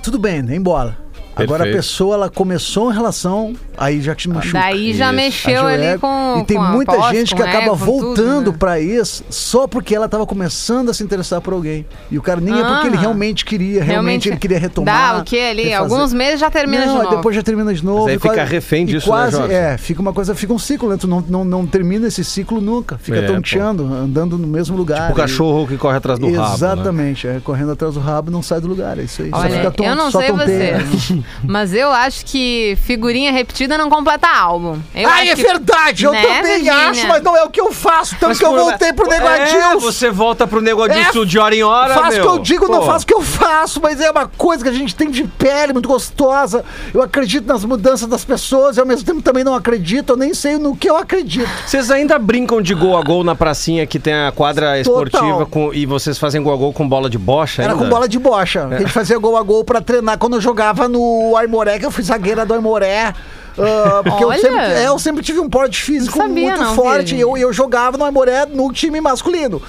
G: tudo bem, nem bola. Agora a
I: Perfeito.
G: pessoa, ela começou a relação, aí já um te machuca.
C: Daí já
E: Isso.
C: mexeu
G: Acho
C: ali
G: ego.
C: com.
G: E tem
C: com a
G: muita
C: posse,
G: gente que
C: com o
G: acaba
C: ego, com tudo,
G: voltando
C: né?
G: pra ex só porque ela tava começando a se interessar por alguém. E o cara nem é porque ele
C: Ah.
G: realmente queria, realmente, ele queria retomar.
C: Dá o que ali?
G: refazer.
C: Alguns meses já termina
G: Não,
C: de
G: aí
C: novo.
G: depois já termina de novo.
E: aí
G: e
E: fica
G: quase-
E: refém
G: e
E: disso, né,
G: quase,
E: Jorge?
G: É, fica uma coisa, fica um ciclo, né? Tu não, não, não termina esse ciclo nunca. Fica
I: É,
G: tonteando, andando no mesmo lugar.
E: Tipo, O cachorro que corre atrás do rabo. né?
G: Exatamente, é, correndo atrás do rabo não sai do lugar, é isso aí. só
C: Olha,
G: fica um tonto,
C: eu não
G: só
C: sei
G: tonteia.
C: vocês, mas eu acho que figurinha repetida não completa álbum. Eu
G: Ah,
C: acho
G: é
C: que-
G: verdade, eu
C: Né,
G: também
C: Virgínia?
G: acho, mas não é o que eu faço, tanto que eu
E: por-
G: voltei pro
E: É,
G: negativo.
E: você volta pro negativo de hora em hora,
G: faço
E: meu.
G: o que eu digo, não
E: Pô.
G: faço o que eu faço, mas é uma coisa que a gente tem de pele muito gostosa. Eu acredito nas mudanças das pessoas e ao mesmo tempo também não acredito, eu nem sei no que eu acredito.
E: Vocês ainda brincam de gol a gol na pracinha que tem a quadra esportiva com- e vocês fazem gol a gol com bola de bocha
G: Era
E: ainda?
G: com bola de bocha. A gente fazia gol a gol pra treinar. Quando eu jogava no Aimoré, que eu fui zagueira do Aimoré. ah, porque eu
C: Olha!
G: sempre, é, eu sempre tive um porte físico
C: Não sabia,
G: muito
C: não,
G: forte. E
C: Virgínia.
G: eu, eu jogava no Aimoré no time masculino.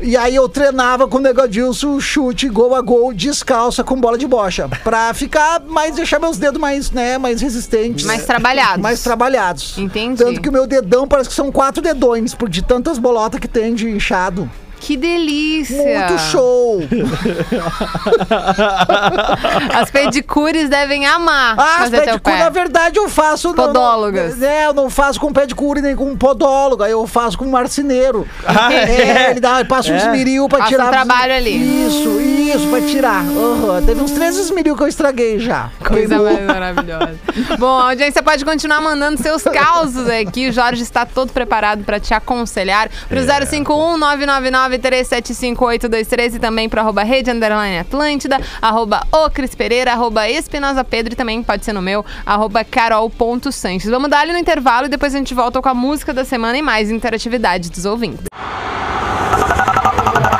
G: E aí eu treinava com o Negodilson, chute, gol a gol, descalça com bola de bocha. Pra ficar mais, deixar meus dedos mais, né, mais resistentes.
C: Mais trabalhados.
G: Mais trabalhados.
C: Entendi.
G: Tanto que o meu dedão parece que são quatro dedões, por de tantas bolotas que tem de inchado.
C: Que delícia!
G: Muito show!
C: As pedicures devem amar
G: Ah, as
C: fazer é teu
G: pedicure,
C: pé.
G: na verdade, eu faço... não-
C: Podólogas.
G: Não, é, eu não faço com pedicure nem com podólogo, aí eu faço com marceneiro.
E: Ah,
G: é, ele dá, passa um esmeril pra
C: Passa um
G: tirar...
C: trabalho ali.
G: Isso, isso, pra tirar. Aham, Teve uns três esmeril que eu estraguei já. um
C: Coisa
G: Queimou.
C: mais maravilhosa. Bom, a audiência pode continuar mandando seus causos aqui. O Jorge está todo preparado para te aconselhar. Para o 051 999 375823 e também para arroba rede underline Atlântida, arroba o Cris Pereira, arroba Espinosa Pedro e também pode ser no meu, arroba carol.sanches. Vamos dar ali no intervalo e depois a gente volta com a música da semana e mais interatividade dos ouvintes.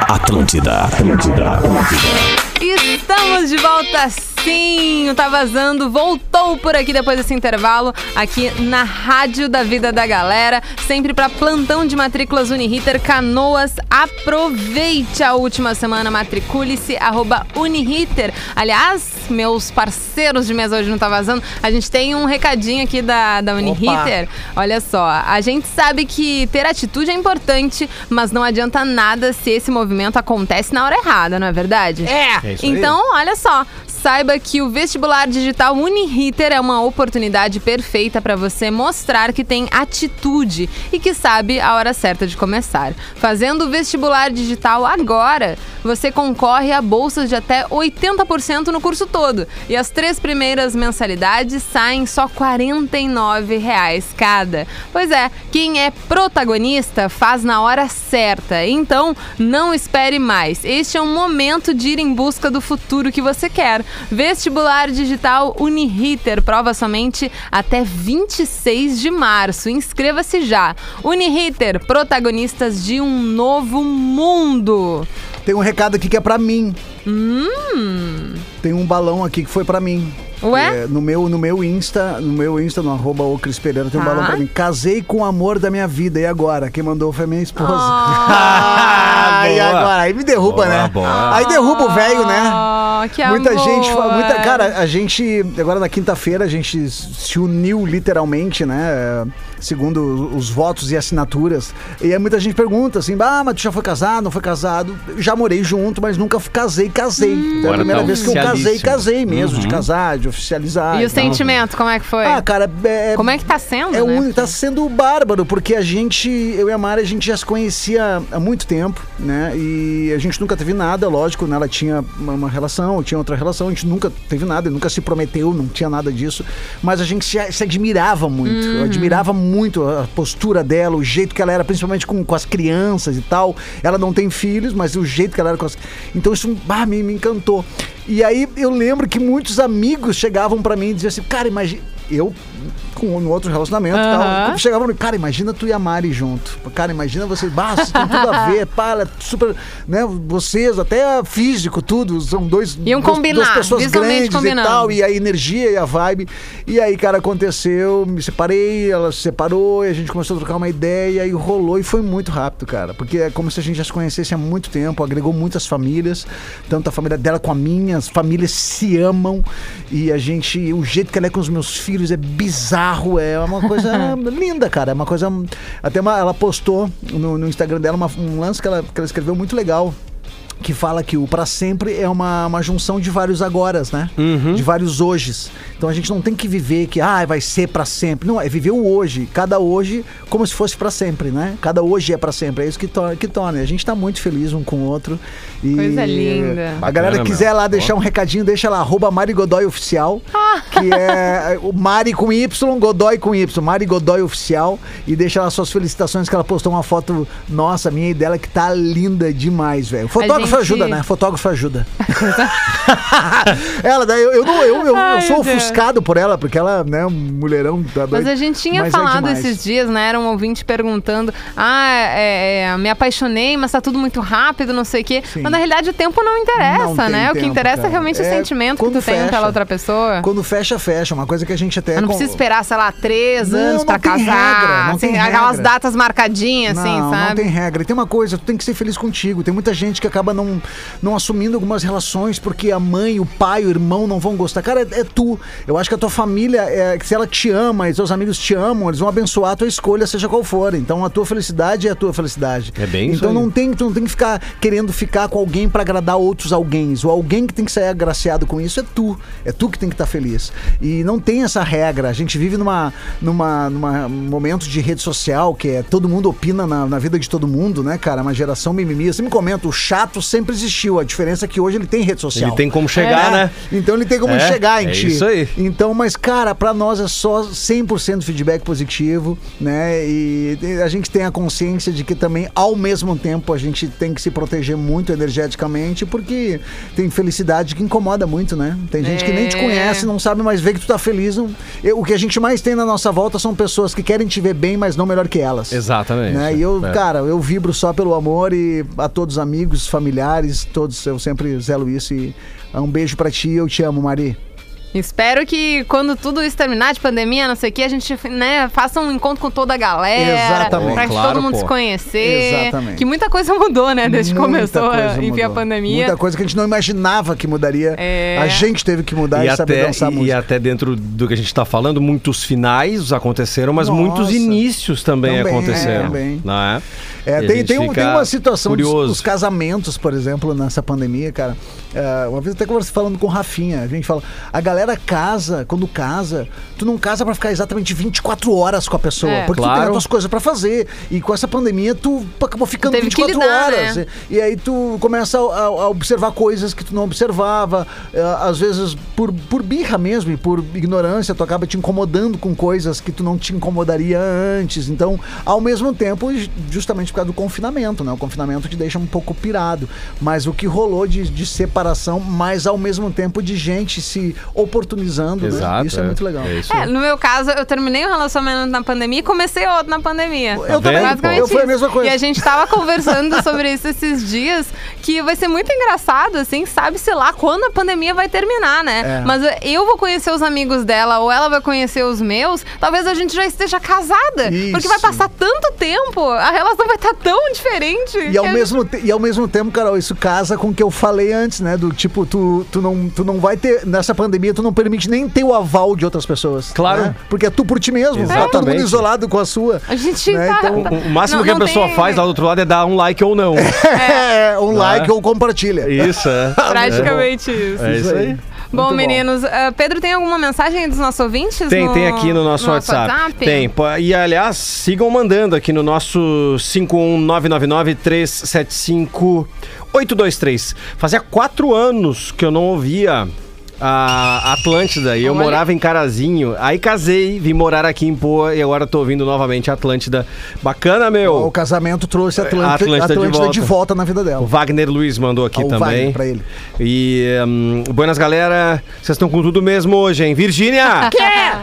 A: Atlântida, Atlântida, Atlântida.
C: Estamos de volta sim! O Tá Vazando voltou por aqui depois desse intervalo, aqui na Rádio da Vida da Galera, sempre para plantão de matrículas Uniriter Canoas. Aproveite a última semana, matricule-se, arroba Uniriter. Aliás, meus parceiros de mesa hoje não Tá Vazando, a gente tem um recadinho aqui da, da Uniriter. Olha só, a gente sabe que ter atitude é importante, mas não adianta nada se esse movimento acontece na hora errada, não é verdade?
E: É isso aí.
C: Então, olha só. Saiba que o vestibular digital Uniriter é uma oportunidade perfeita para você mostrar que tem atitude e que sabe a hora certa de começar. Fazendo o vestibular digital agora, você concorre a bolsas de até 80% no curso todo. E as três primeiras mensalidades saem só R$ 49 cada. Pois é, quem é protagonista faz na hora certa. Então, não espere mais. Este é um momento de ir em busca do futuro que você quer. Vestibular Digital Uniriter, prova somente até 26 de março. Inscreva-se já. Uniriter, protagonistas de um novo mundo.
G: Tem um recado aqui que é pra mim.
C: Hum.
G: Tem um balão aqui que foi pra mim.
C: Ué?
G: É, no, meu, no meu Insta, no meu Insta, no arroba o Cris Pereira, tem um
C: Tá.
G: balão pra mim. Casei com o amor da minha vida. E agora? Quem mandou foi a minha esposa.
E: Ah,
G: e
E: boa.
G: agora? Aí me derruba,
E: Boa,
G: né?
E: boa.
G: Aí derruba o velho, né?
C: Oh, que
G: muita
C: amor.
G: gente, fa- muita cara, a gente agora na quinta-feira a gente se uniu literalmente, né? segundo os votos e assinaturas. E aí muita gente pergunta assim: ah, mas tu já foi casado? Não foi casado? Já morei junto, mas nunca fui- casei, casei. Então, é a
E: Agora
G: primeira
E: tá
G: vez que eu casei,
E: oficialíssimo.
G: casei mesmo, de casar, de oficializar.
C: e o
G: tal.
C: sentimento, como é que foi?
G: Ah, cara, é,
C: como é que tá sendo,
G: é
C: né?
G: único, tá sendo bárbaro, porque a gente, eu e a Mari, a gente já se conhecia há muito tempo, né? E a gente nunca teve nada, lógico, né? Ela tinha uma, uma relação, eu tinha outra relação, a gente nunca teve nada, nunca se prometeu, não tinha nada disso. Mas a gente se, se admirava muito. Eu admirava muito a postura dela, o jeito que ela era, principalmente com, com as crianças e tal. Ela não tem filhos, mas o jeito que ela era com as. Então isso bah, me, me encantou. E aí eu lembro que muitos amigos chegavam pra mim e diziam assim, cara, imagina. Eu, com no outro relacionamento e
C: Aham.
G: tal, chegava pra mim, cara, imagina tu e a Mari junto. Cara, imagina vocês, bah, vocês têm tudo a ver, para, super, né, vocês, até físico, tudo, são dois,
C: Iam
G: duas-
C: combinar,
G: duas pessoas
C: visualmente
G: grandes
C: combinando.
G: e tal, e a energia e a vibe. E aí, cara, aconteceu, me separei, ela se separou, e a gente começou a trocar uma ideia, e rolou, e foi muito rápido, cara, porque é como se a gente já se conhecesse há muito tempo, agregou muitas famílias, tanto a família dela com a minha, as famílias se amam, e a gente, o jeito que ela é com os meus filhos é bizarro, é uma coisa linda, cara, é uma coisa, até uma- ela postou no, no Instagram dela uma- um lance que ela, que ela escreveu muito legal, que fala que o pra sempre é uma, uma junção de vários agoras, né?
E: Uhum.
G: De vários hojes. Então a gente não tem que viver que ah, vai ser pra sempre. Não, é viver o hoje, cada hoje como se fosse pra sempre, né? Cada hoje é pra sempre. É isso que torna, que torna. A gente tá muito feliz um com o outro. E
C: Coisa linda.
G: A galera
E: Bacana,
G: quiser
E: meu.
G: lá deixar um recadinho, deixa lá arroba Mari Godoy oficial, que é o Mari com Y, Godoy com Y, Mari Godoy oficial e deixa lá suas felicitações que ela postou uma foto nossa, minha e dela que tá linda demais, velho.
C: gente-
G: Fotógrafo ajuda, né? Fotógrafo ajuda. ela, daí eu, eu, não- eu, eu- eu
C: Ai,
G: sou
C: Deus.
G: ofuscado por ela, porque ela, né, um mulherão
C: é.
G: tá
C: Mas
G: doido.
C: a gente tinha
G: Mas é
C: falado
G: demais.
C: esses dias, né? Era um ouvinte perguntando: ah, é, é, me apaixonei, mas tá tudo muito rápido, não sei o quê. Mas na realidade o tempo não interessa,
G: Não tem
C: né? o que
G: tempo,
C: interessa é
G: cara.
C: realmente o
G: É
C: sentimento que
G: quando
C: tu tem
G: fecha.
C: pela outra pessoa.
G: Quando fecha, fecha. Uma coisa que a gente até.
C: Eu tá. não
G: con-
C: precisa esperar, sei lá, três
G: Não,
C: anos
G: não
C: pra
G: tem
C: casar.
G: regra, não
C: assim,
G: tem
C: aquelas
G: regra.
C: datas marcadinhas, assim,
G: não,
C: sabe?
G: Não tem regra. E tem uma coisa, tu tem que ser feliz contigo. Tem muita gente que acaba não, não assumindo algumas relações porque a mãe, o pai, o irmão não vão gostar. Cara, é, é tu. Eu acho que a tua família, é, se ela te ama e seus amigos te amam, eles vão abençoar a tua escolha, seja qual for. Então a tua felicidade é a tua felicidade.
E: É bem isso
G: Então
E: aí.
G: não tem, tu não tem que ficar querendo ficar com alguém pra agradar outros alguém. O alguém que tem que sair agraciado com isso é tu. É tu que tem que estar feliz. E não tem essa regra. A gente vive numa, numa, numa momento de rede social que é todo mundo opina na, na vida de todo mundo, né, cara? Uma geração mimimi. Você me comenta, o chato sempre existiu. A diferença é que hoje ele tem rede social.
E: Ele tem como chegar,
G: É.
E: né?
G: Então ele tem como
E: É,
G: chegar em
E: é
G: ti.
E: isso aí.
G: Então, mas cara, pra nós é só 100% feedback positivo, né? E a gente tem a consciência de que também, ao mesmo tempo, a gente tem que se proteger muito energeticamente, porque tem felicidade que incomoda muito, né? Tem gente que nem te
C: É.
G: conhece, não sabe mais ver que tu tá feliz. não- Eu- O que a gente mais tem na nossa volta são pessoas que querem te ver bem, mas não melhor que elas.
E: Exatamente.
G: Né? E eu,
E: É.
G: cara, eu vibro só pelo amor e a todos os amigos, familiares, todos, eu sempre zelo isso e um beijo pra ti, eu te amo, Mari.
C: Espero que quando tudo isso terminar de pandemia, não sei o que, a gente né, faça um encontro com toda a galera.
G: Exatamente.
C: Pra que
E: Claro,
C: todo mundo
E: pô.
C: se conhecer.
G: Exatamente.
C: Que muita coisa mudou, né? Desde que
G: Muita
C: começou,
G: coisa
C: enfim, a
G: mudou.
C: pandemia.
G: Muita coisa que a gente não imaginava que mudaria.
C: É.
G: A gente teve que mudar e,
E: E
G: saber
E: até,
G: dançar
E: e- e,
G: é música.
E: até dentro do que a gente está falando, muitos finais aconteceram, mas
G: Nossa.
E: muitos inícios também,
G: Também,
E: aconteceram.
G: é, também.
E: Né?
G: É,
E: E a
G: tem,
E: gente
G: tem, um-
E: fica
G: tem uma situação dos,
E: curioso.
G: dos casamentos, por exemplo, nessa pandemia, cara. É, uma vez eu até conversei falando com o Rafinha, a gente fala, a galera casa, quando casa, tu não casa pra ficar exatamente 24 horas com a pessoa,
C: É.
G: porque tu tem
E: Claro.
G: as tuas coisas pra fazer. E com essa pandemia, tu acabou ficando
C: Teve que
G: 24
C: lidar,
G: horas.
C: né?
G: E aí tu começa a, a- a observar coisas que tu não observava. eh, Às vezes, por, por birra mesmo e por ignorância, tu acaba te incomodando com coisas que tu não te incomodaria antes. Então, ao mesmo tempo, ju- justamente por causa do confinamento, né? O confinamento te deixa um pouco pirado. Mas o que rolou de, de separação, mas ao mesmo tempo de gente se oportunizando, né?
E: Exato.
G: Isso é, muito legal.
E: É isso.
C: É, no meu caso, eu terminei um relacionamento na pandemia e comecei outro na pandemia.
G: Eu
E: também,
C: Basicamente
G: pô. Eu fui a
C: isso.
G: mesma coisa.
C: E a gente tava conversando sobre isso esses dias, que vai ser muito engraçado, assim, sabe-se lá quando a pandemia vai terminar, né?
G: É.
C: Mas eu vou conhecer os amigos dela ou ela vai conhecer os meus, talvez a gente já esteja casada. Porque
G: Isso.
C: vai passar tanto tempo, a relação vai estar tão diferente.
G: E
C: que
G: ao,
C: a
G: mesmo te- e ao mesmo tempo, Carol, isso casa com o que eu falei antes, né? Do tipo, tu, tu, não, tu não vai ter. Nessa pandemia, tu tu não permite nem ter o aval de outras pessoas.
E: Claro.
G: né? Porque é tu por ti mesmo. Tá todo mundo
E: Exatamente.
G: isolado com a sua.
C: A gente
G: Né,
C: tá...
E: O,
G: então,
E: o máximo
C: Não-
E: que a
C: não
E: pessoa
C: tem-
E: faz lá do outro lado é dar um like ou não.
G: É, um
E: Né?
G: like ou compartilha.
E: Isso, é.
C: Praticamente isso.
E: É isso aí.
C: Bom, meninos, ah, Pedro, tem alguma mensagem dos nossos ouvintes?
E: Tem, tem aqui no nosso WhatsApp. Tem. Pô, E, aliás, sigam mandando aqui no nosso 51999-375-823. Fazia quatro anos que eu não ouvia a Atlântida e eu
C: Olha.
E: morava em Carazinho. Aí casei, vim morar aqui em Poa e agora tô ouvindo novamente a Atlântida. Bacana, meu.
G: O casamento trouxe a Atlântida,
E: A Atlântida de
G: Atlântida de,
E: volta.
G: volta na vida
E: O
G: dela.
E: Wagner Luiz mandou aqui
G: Ah, o
E: também.
G: Wagner pra ele.
E: E, hum, buenas galera, vocês estão com tudo mesmo hoje, hein? Virgínia!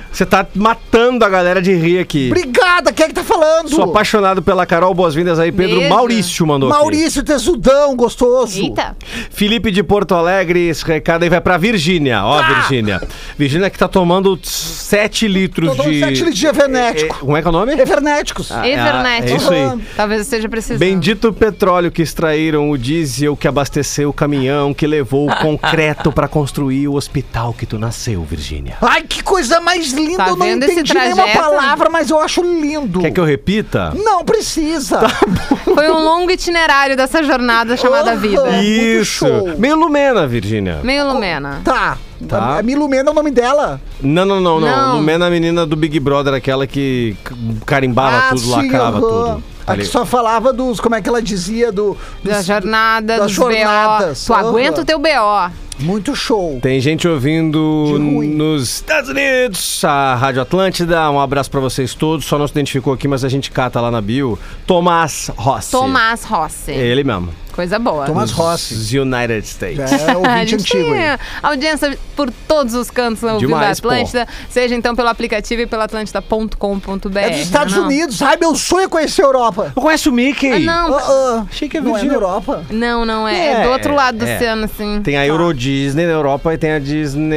E: Você tá matando a galera de rir aqui.
G: Obrigada, quem é que tá falando?
E: Sou apaixonado pela Carol, boas-vindas aí, Pedro.
C: Beijo.
E: Maurício mandou aqui.
G: Maurício Tesudão, gostoso.
C: Eita.
E: Felipe de Porto Alegre, esse recado aí vai pra Virgínia. Ó,
G: Ah!
E: Virgínia. Virgínia que tá tomando 7 litros
G: Tô dando
E: de...
G: sete litros de
E: É,
G: Evernético.
E: como é que é o nome?
G: Evernéticos.
C: Ah.
E: é,
C: Evernet.
E: é isso aí.
C: Aham. Talvez eu esteja precisando.
E: Bendito petróleo que extraíram o diesel que abasteceu o caminhão que levou o concreto pra construir o hospital que tu nasceu, Virgínia.
G: Ai, que coisa mais linda.
C: Tá
G: eu não
C: vendo esse
G: entendi nenhuma
C: trajeto?
G: palavra, mas eu acho lindo.
E: Quer que eu Tá repita?
G: Não precisa.
C: Foi um longo itinerário dessa jornada chamada vida.
G: é muito
E: Isso.
G: show.
E: Meio Lumena, Virgínia.
C: Meio Lumena.
G: Tá.
E: Tá.
G: A Milumena é o nome dela.
E: Não, não, não, não.
C: Não.
E: Lumena é a menina do Big Brother, aquela que c- carimbava tudo, lacrava
G: Ah, aham.
E: tudo.
G: A que
E: Ali.
G: só falava dos, como é que ela dizia, do...
C: Da
G: dos-
C: jornada,
G: das
C: dos BO.
G: jornadas.
C: Tu
G: Aham.
C: aguenta o teu BO.
G: Muito show.
E: Tem gente ouvindo
G: De ruim.
E: nos Estados Unidos, a Rádio Atlântida. Um abraço pra vocês todos. Só não se identificou aqui, mas a gente cata lá na bio. Tomás Rossi.
C: Tomás Rossi.
E: É Ele mesmo.
C: Coisa boa. Ah,
G: Tomás Rossi.
E: Os United States.
G: É
C: A
G: ouvinte
C: gente
G: antigo.
C: tem
G: aí.
C: audiência por todos os cantos né? ouvindo
E: Demais,
C: a Atlântida, seja então pelo aplicativo e pelo atlântida.com.br.
G: É dos Estados
C: não?
G: Unidos. Ai, meu sonho é conhecer a Europa.
E: Eu conheço o Mickey.
C: Ah, não,
G: Ah, ah.
E: Achei que é
G: Não é na
E: Virgínia.
G: Europa?
C: não, não é. É,
E: É,
C: do outro lado do
E: é.
C: oceano, assim.
E: Tem a Euro Disney na Europa e tem a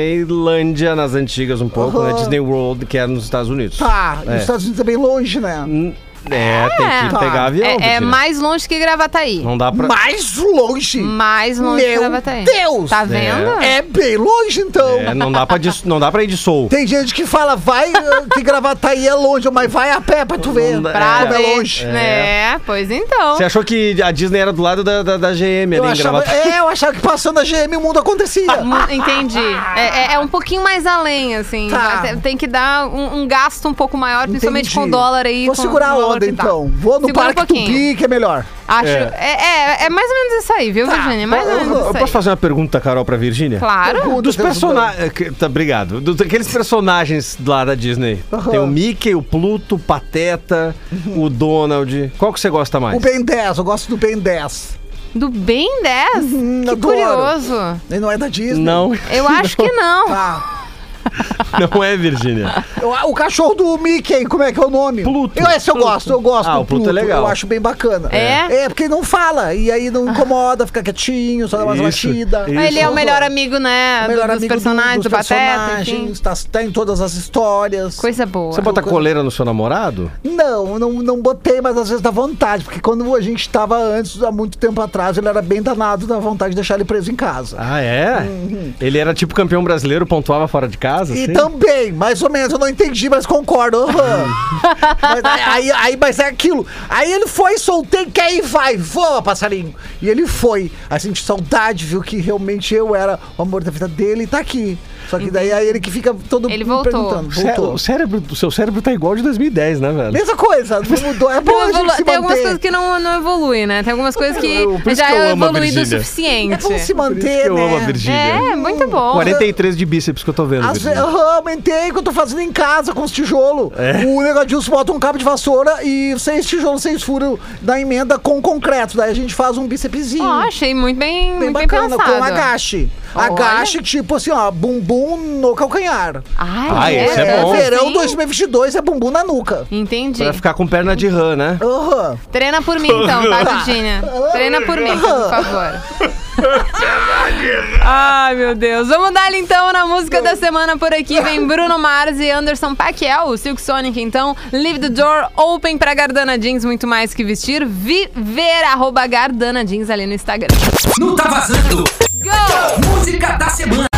E: Disneylândia nas antigas um pouco, né?
G: Aham.
E: Disney World, que é nos Estados Unidos.
G: Tá. E
E: É.
G: os Estados Unidos é bem longe, né?
E: Hum, É, tem que
C: Tá.
E: pegar avião.
C: É, é
E: Virgínia.
C: mais longe que Gravataí.
E: Não dá pra.
G: Mais longe.
C: Mais longe que
G: Meu
C: Gravataí.
G: Deus!
C: Tá vendo?
G: É bem longe, então.
E: É, não, dá pra dis- não dá pra ir de Soul.
G: Tem gente que fala, vai, eh, que Gravataí é longe, mas vai a pé pra tu ver.
E: dá-
C: Pra
G: Como
C: ver.
G: é longe.
C: É. pois então.
E: Você achou que a Disney era do lado da, da, da GM
G: Eu
E: ali em
G: achava,
E: gravata?
G: é, eu achava que passando a GM o mundo acontecia.
C: Mu- Entendi. É, é- é um pouquinho mais além, assim.
G: Tá.
C: Vai ter- Tem que dar um, um gasto um pouco maior, principalmente
G: Entendi.
C: com o dólar aí.
G: Vou
C: com
G: segurar
C: o valor
G: a onda,
C: que tá.
G: então. Vou no
C: Segura um
G: Parque
C: pouquinho.
G: Tupi, que é Tá. melhor.
C: Acho.
E: É.
C: É, é, é mais ou menos isso aí, viu, Virgínia? Mais ou menos
E: Eu
C: isso
E: posso
C: aí.
E: fazer uma pergunta, Carol, pra Virgínia?
C: Claro.
E: Dos personagens. Tá, obrigado. Dos, daqueles personagens lá da Disney.
G: Aham.
E: Tem o Mickey, o Pluto, o Pateta, o Donald. Qual que você gosta mais?
G: O Ben 10, eu gosto do Ben 10.
C: Do bem 10?
G: Hum,
C: que
G: adoro.
C: é curioso.
G: Ele não é da Disney.
E: Não,
C: Eu acho que não.
G: Ah,
E: não é, Virgínia.
G: eu- o cachorro do Mickey, como é que é o nome?
E: Pluto.
G: Eu, esse eu
E: Pluto.
G: gosto, eu gosto
E: Ah,
G: do
E: o Pluto é legal.
G: Eu acho bem bacana.
C: É? Ah.
G: É, porque ele não fala, e aí não incomoda, fica quietinho, só dá umas
E: Isso,
G: latidas.
E: isso.
C: Ele é o
G: Aham.
C: melhor amigo, né?
G: O melhor
C: do- dos
G: amigo
C: personagens, do,
G: dos
C: Pateta, enfim.
G: personagens, tá, tá em todas as histórias.
C: Coisa boa.
E: Você bota coleira no seu namorado?
G: Não, não, não botei, mas às vezes dá vontade, porque quando a gente tava antes, há muito tempo atrás, ele era bem danado, dá vontade de deixar ele preso em
C: Tá
G: casa.
E: Ah, é? Ele era tipo campeão brasileiro, pontuava fora de casa?
G: E
E: assim?
G: também, mais ou menos, eu não entendi, mas concordo. aham. mas, aí, aí- mas é aquilo. Aí ele foi, soltei, quer ir, vai, voa, passarinho. E ele foi. A gente, saudade, viu que realmente eu era o amor da vida dele e tá aqui. Só que daí aí ele que fica todo
C: Uhum. Ele
G: me
C: voltou.
G: perguntando.
E: Cé-
G: Voltou.
E: é O, cérebro, o seu cérebro tá igual de 2010, né, velho?
G: Mesma coisa, não mudou. É bom
C: Não
G: a gente
C: evolu-
G: se
C: Tem algumas coisas
G: manter.
C: que não, não evoluem, né? Tem algumas coisas que
E: Eu- por isso
C: já
E: que eu amo a
C: evoluído o
E: Virgínia.
C: suficiente.
G: É bom se
E: Por isso
G: manter,
E: que eu
G: né?
E: amo a Virgínia.
C: É, muito bom.
E: 43 de bíceps que eu tô vendo.
G: Às vezes,
E: Virgínia.
G: aham, aumentei o que eu tô fazendo em casa com os tijolos. O Negadilson bota um cabo de vassoura e seis tijolos, seis furos da emenda com concreto. Daí a gente faz um bícepsinho.
C: Ó, achei muito bem,
G: Bem
C: muito bem
G: bacana,
C: pensado.
G: com um agache.
C: Olha.
G: Agache, tipo assim, ó, bumbum no calcanhar.
C: Ai,
E: Ah, esse é bom.
G: Verão
C: Sim.
G: 2022 é bumbum na nuca.
C: Entendi.
E: Pra ficar com perna de rã, né?
G: Aham.
C: Treina por mim então, tá, Virgínia? Treina por mim, por favor. Ai, meu Deus. Vamos dar então na música da semana por aqui. Vem Bruno Mars e Anderson Paquiel, o Silk Sonic, então. Leave the door open pra Gardana Jeans, muito mais que vestir. Viver, arroba Gardana Jeans ali no Instagram.
B: Não tá vazando.
C: Go!
B: Música da semana.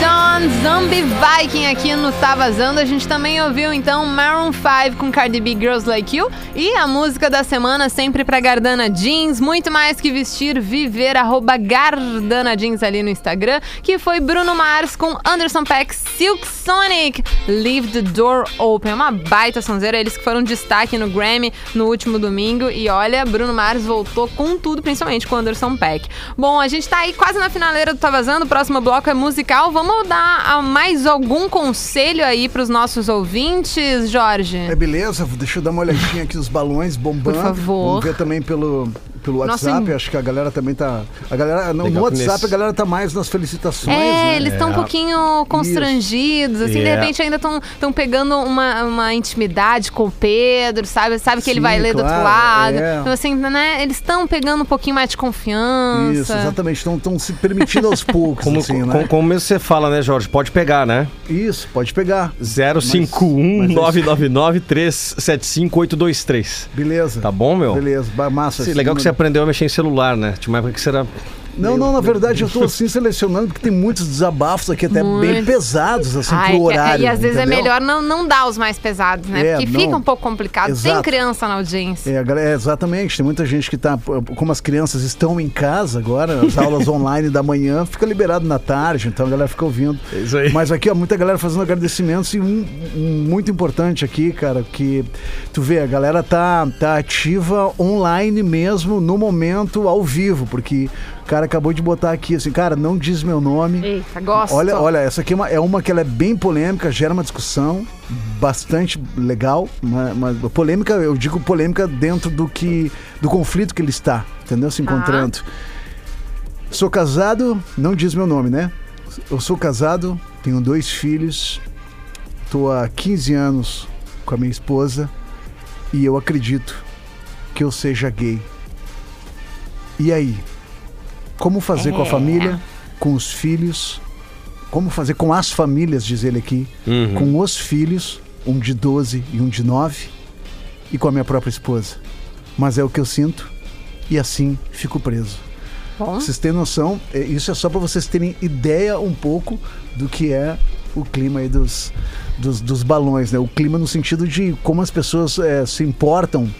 C: Van Zombie Viking aqui no Tá Vazando. A gente também ouviu então Maroon 5 com Cardi B Girls Like You e a música da semana sempre pra Gardana Jeans. Muito mais que vestir, viver, arroba Gardana Jeans ali no Instagram, que foi Bruno Mars com Anderson Peck, Silk Sonic, Leave the Door Open. É Uma baita sonzeira, eles que foram destaque no Grammy no último domingo. E olha, Bruno Mars voltou com tudo, principalmente com Anderson Peck. Bom, a gente tá aí quase na finaleira do Tá Vazando, o próximo bloco é musical. Vamos dar ah, mais algum conselho aí pros nossos ouvintes,
G: É
C: Jorge?
G: beleza, deixa eu dar uma olhadinha aqui nos balões bombando.
C: Por favor.
G: Vamos ver também pelo, pelo
C: Nossa,
G: WhatsApp,
C: em-
G: acho que a galera também tá. A galera, não, no
E: Legal que
G: WhatsApp
E: nesse-
G: a galera tá mais nas felicitações.
C: É,
G: né? É.
C: eles estão um pouquinho constrangidos, assim, de
E: Yeah.
C: repente ainda estão pegando uma, uma intimidade com o Pedro, sabe? Sabe que ele
G: Sim,
C: vai ler do outro
G: claro,
C: lado.
G: é.
C: Então, assim, né? Eles estão pegando um pouquinho mais de confiança.
G: Isso, exatamente. Estão se permitindo aos poucos,
E: Como,
G: assim,
E: como,
G: né?
E: como mesmo você fala, né, Jorge? Pode pegar, né? um,
G: Isso, pode pegar.
E: 051-999-375823.
G: Beleza.
E: Tá bom, meu?
G: Beleza, ba- massa.
E: Sim,
G: assim,
E: legal que você
G: mano.
E: aprendeu a mexer em celular, né? Tinha uma época que você era...
G: Não, não, na verdade eu tô assim selecionando, porque tem muitos desabafos aqui, até bem
C: Muito.
G: pesados, assim,
C: Ai,
G: pro
C: que-
G: horário.
C: e às vezes
G: entendeu?
C: é melhor não, não dar os mais pesados, né?
G: É,
C: Porque
G: não.
C: fica um pouco complicado. Tem
G: Exato.
C: criança na audiência.
G: É, a galera- é, exatamente. Tem muita gente que tá. Como as crianças estão em casa agora, as aulas online da manhã, fica liberado na tarde, então a galera fica ouvindo.
E: É isso aí.
G: Mas aqui, ó, muita galera fazendo agradecimentos e um, um muito importante aqui, cara, que tu vê, a galera tá, tá ativa online mesmo, no momento, ao vivo, porque o cara acabou de botar aqui assim, cara, não diz meu nome.
C: Eita, gosto.
G: É. Olha, olha, essa aqui é uma, é uma que ela é bem polêmica, gera uma discussão bastante legal, uma, uma polêmica, eu digo polêmica dentro do que do conflito que ele está, entendeu? Se encontrando. Sou casado, não diz meu nome, né? Eu sou casado, tenho dois filhos, tô há 15 anos com a minha esposa e eu acredito que eu seja gay. E aí? Como fazer com a família, com os filhos? Como fazer com as famílias, diz ele aqui, com os filhos, um de 12 e um de 9, e com a minha própria esposa. Mas é o que eu sinto e assim fico preso.
C: Bom.
G: Vocês têm noção, é, isso é só para vocês terem ideia um pouco do que é o clima aí dos, dos, dos balões, né? O clima no sentido de como as pessoas é, se importam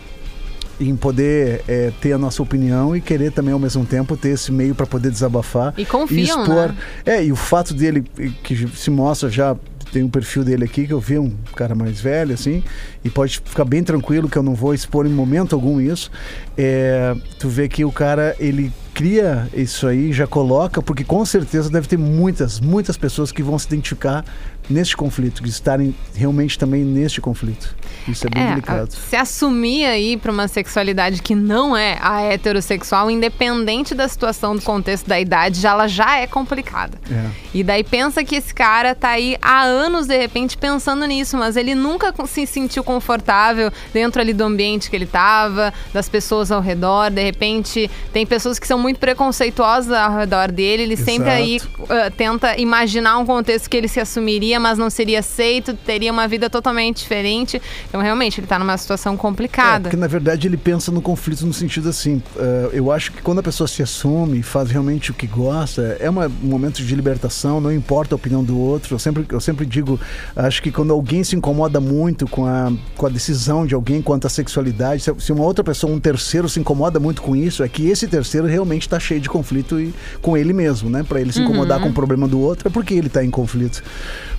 G: em poder é, ter a nossa opinião e querer também ao mesmo tempo ter esse meio para poder desabafar
C: E confiam,
G: expor.
C: né?
G: É, e o fato dele eh, que se mostra já tem um perfil dele aqui que eu vi um cara mais velho assim e pode ficar bem tranquilo que eu não vou expor em momento algum isso. É, tu vê que o cara ele cria isso aí, já coloca, porque com certeza deve ter muitas, muitas pessoas que vão se identificar neste conflito, que estarem realmente também neste conflito. Isso é bem
C: É, a-
G: delicado.
C: se assumir aí pra uma sexualidade que não é a heterossexual, independente da situação, do contexto, da idade, já, ela já é complicada.
G: É.
C: E daí pensa que esse cara tá aí há anos, de repente, pensando nisso, mas ele nunca co- se sentiu confortável dentro ali do ambiente que ele tava, das pessoas ao redor. De repente, tem pessoas que são muito preconceituosas ao redor dele, ele sempre aí eh, tenta imaginar um contexto que ele se assumiria, mas não seria aceito, teria uma vida totalmente diferente. Então, realmente, ele tá numa situação
G: É,
C: complicada.
G: porque na verdade ele pensa no conflito no sentido assim, eh, eu acho que quando a pessoa se assume e faz realmente o que gosta, é uma- um momento de libertação, não importa a opinião do outro. Eu sempre, eu sempre digo, acho que quando alguém se incomoda muito com a, com a decisão de alguém quanto à sexualidade, se, se uma outra pessoa, um terceiro, se incomoda muito com isso, é que esse terceiro realmente está cheio de conflito e, com ele mesmo, né? Para ele se incomodar com o problema do outro, é porque ele está em conflito.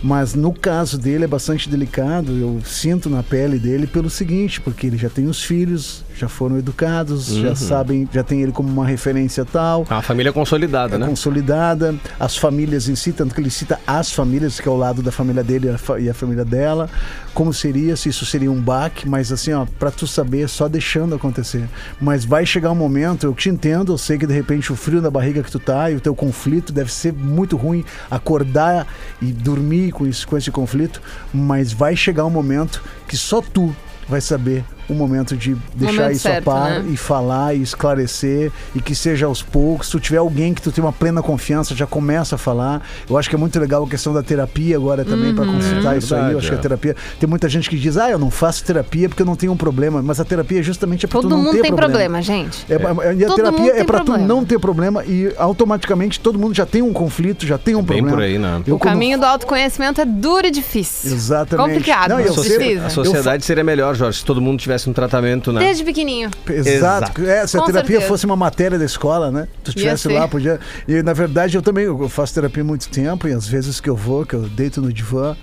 G: Mas no caso dele é bastante delicado, eu sinto na pele dele pelo seguinte, porque ele já tem os filhos, já foram educados,
E: Uhum.
G: já sabem, já tem ele como uma referência tal.
E: A Ah, família consolidada,
G: é
E: né?
G: Consolidada, as famílias em si, tanto que ele cita as famílias, que é ao lado da família dele e a fa- e a família dela, como seria, se isso seria um baque, mas assim, ó, pra tu saber, só deixando acontecer. Mas vai chegar um momento, eu te entendo, eu sei que de repente o frio na barriga que tu tá e o teu conflito deve ser muito ruim acordar e dormir com, isso, com esse conflito, mas vai chegar um momento que só tu vai saber o momento de deixar
C: Momento
G: isso
C: certo,
G: a par
C: né?
G: e falar e esclarecer e que seja aos poucos. Se tu tiver alguém que tu tem uma plena confiança, já começa a falar. Eu acho que é muito legal a questão da terapia agora também pra para consultar
E: É
G: isso aí.
E: verdade,
G: Eu acho que a
E: é.
G: terapia. Tem muita gente que diz, ah, eu não faço terapia porque eu não tenho um problema. Mas a terapia é justamente é pra tu
C: Todo
G: não
C: mundo
G: ter
C: tem problema, gente.
G: é, é, e a
C: Todo mundo
G: terapia é
C: tem
G: pra tu
C: problema.
G: não ter problema e automaticamente todo mundo já tem um conflito, já tem um
E: bem
G: problema.
E: por aí, né?
G: Eu
C: o
G: como-
C: caminho do autoconhecimento é duro e difícil.
G: Exatamente.
C: Complicado,
G: Não, e
C: mas
G: eu
E: Socie-
C: precisa.
E: a sociedade seria melhor, Jorge, se todo mundo tivesse um tratamento, né?
C: Desde pequenininho.
G: Exato. É, se a
C: Com
G: terapia
C: certeza.
G: fosse uma matéria da escola, né? Tu estivesse
C: ser.
G: lá, podia. E na verdade eu também eu faço terapia há muito tempo, e às vezes que eu vou, que eu deito no divã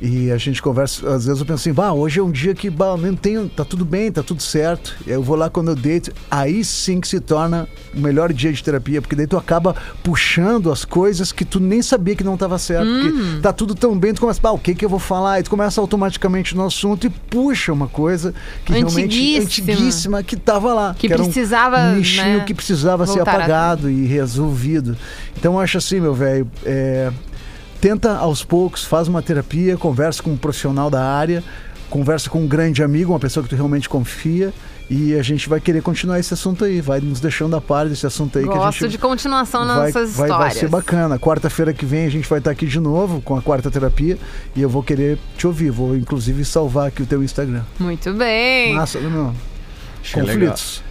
G: e a gente conversa, às vezes eu penso assim, bah, hoje é um dia que bah, não tenho, tá tudo bem, tá tudo certo. Eu vou lá quando eu deito, aí sim que se torna o melhor dia de terapia, porque daí tu acaba puxando as coisas que tu nem sabia que não estava certo.
C: Hum.
G: Porque tá tudo tão bem, tu começa, bah, o que que eu vou falar? E tu começa automaticamente no assunto e puxa uma coisa que realmente
C: Antiguíssima.
G: antiguíssima que tava lá
C: Que
G: era
C: precisava,
G: um nichinho
C: né,
G: que precisava ser
C: voltar
G: apagado e resolvido. Então eu acho assim, meu velho, é, tenta aos poucos, faz uma terapia, conversa com um profissional da área, conversa com um grande amigo, uma pessoa que tu realmente confia. E a gente vai querer continuar esse assunto aí, vai nos deixando a par desse assunto aí que a
C: Gosto
G: gente
C: de continuação nas
G: vai,
C: nossas
G: vai,
C: histórias.
G: vai ser bacana. Quarta-feira que vem a gente vai estar aqui de novo com a quarta terapia e eu vou querer te ouvir, vou inclusive salvar aqui o teu Instagram.
C: Muito bem.
G: Massa, né, meu?
E: que é legal.
G: Conflitos.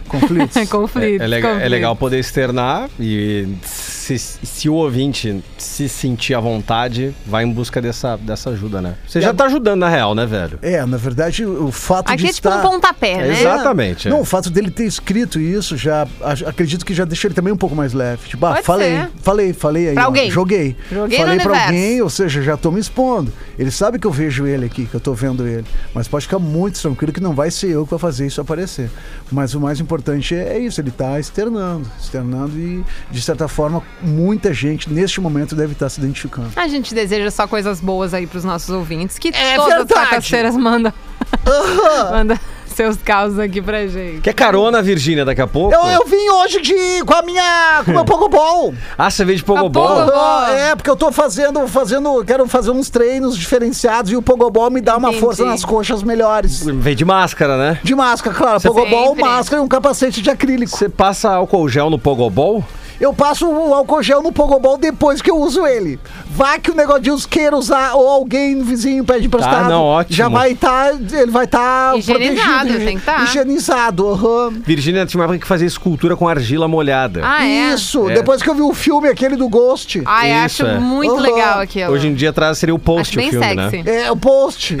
G: Conflitos.
C: conflito.
E: É, é legal, é
C: conflito.
E: legal poder externar e se, se o ouvinte se sentir à vontade, vai em busca dessa, dessa ajuda, né? Você já tá ajudando, na real, né, velho?
G: É, na verdade, o fato
C: Aqui
G: de
C: é tipo
G: estar...
C: um pontapé, né?
E: Exato. Exatamente, é.
G: Não, o fato dele ter escrito isso já ac- acredito que já deixou ele também um pouco mais leve. Tipo, ah,
C: Pode
G: falei,
C: ser.
G: falei, falei aí.
C: Pra
G: ó,
C: alguém.
G: Joguei.
C: Joguei
G: falei
C: no
G: pra
C: universo.
G: alguém, ou seja, já tô me expondo. Ele sabe que eu vejo ele aqui, que eu tô vendo ele. Mas pode ficar muito tranquilo que não vai ser eu que vou fazer isso aparecer. Mas o mais importante é, é isso, ele tá externando, externando e de certa forma muita gente neste momento deve estar se identificando.
C: A gente deseja só coisas boas aí pros nossos ouvintes, que
H: É
C: todas as
H: verdade.
C: quartas-feiras mandam manda seus casos aqui pra gente.
E: Quer carona, Virgínia, daqui a pouco?
G: Eu, eu vim hoje de, com a minha. com o meu Pogobol.
E: Ah, você veio de Pogobol?
C: Pogobol.
G: Ah, é, porque eu tô fazendo, fazendo, quero fazer uns treinos diferenciados e o Pogobol me dá uma
C: Entendi.
G: força nas coxas melhores.
E: Veio de máscara, né?
G: De máscara, claro. Pogobol,
C: Sempre.
G: máscara e um capacete de acrílico.
E: Você passa álcool gel no Pogobol?
G: Eu passo o álcool gel no Pogobol depois que eu uso ele. Vá que o negócio de os queira usar ou alguém um vizinho pede emprestado.
E: Tá, não, ótimo.
G: Já vai estar, ele vai estar
C: Higienizado, tem que tá.
G: Higienizado, aham.
E: Virgínia tinha uma época que fazia escultura com argila molhada.
C: Ah, é?
G: Isso,
E: É.
G: depois que eu vi o filme aquele do Ghost.
C: Ah, eu
E: Isso,
C: acho
E: é.
C: muito
G: Uhum.
C: legal aquilo.
E: Hoje em dia atrás seria o
C: acho
E: post
C: bem
E: o filme,
C: sexy.
E: né?
G: É, o post.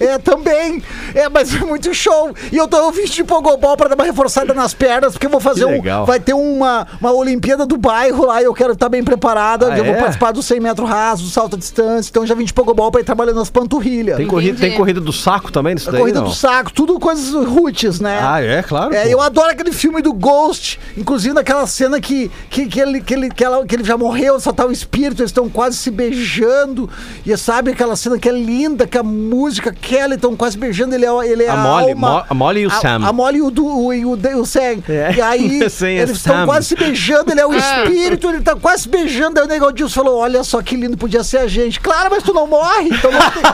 G: É, é também. É, mas é muito show. E eu tô vestido de pogobol pra dar uma reforçada nas pernas, porque eu vou fazer
E: Que
G: um.
E: legal.
G: Vai ter uma, uma Olimpíada do bairro lá e eu quero estar bem preparada.
E: Ah,
G: eu vou
E: é?
G: participar do 100 metros raso, do salto à distância. Então já vim de pogobol pra ir trabalhando as panturrilhas.
E: Tem corrida,
C: Entendi.
E: tem corrida do saco também nisso
G: A
E: daí,
G: corrida
E: não?
G: do saco, tudo coisas roots, né?
E: Ah, é, claro.
G: É,
E: pô.
G: eu adoro aquele filme do Ghost, inclusive naquela cena que, que, que ele, que, ele, que, ela- que ele já morreu, só tá o espírito, eles estão quase se beijando. E sabe aquela cena que é linda, que a música, Kelly estão quase beijando, ele é, ele é
E: A
G: a,
E: Molly,
G: alma.
E: Mo- a Molly e o
G: a,
E: Sam.
G: A Molly e o, du, o, e o, de- o Sam.
E: É.
G: E aí,
E: Sam e
G: eles
E: Sam.
G: estão quase se beijando, ele é o espírito, ele tá quase se beijando. Aí o Negão Dilson falou, olha só que lindo, podia ser a gente. Claro, mas tu não morre, então não tem,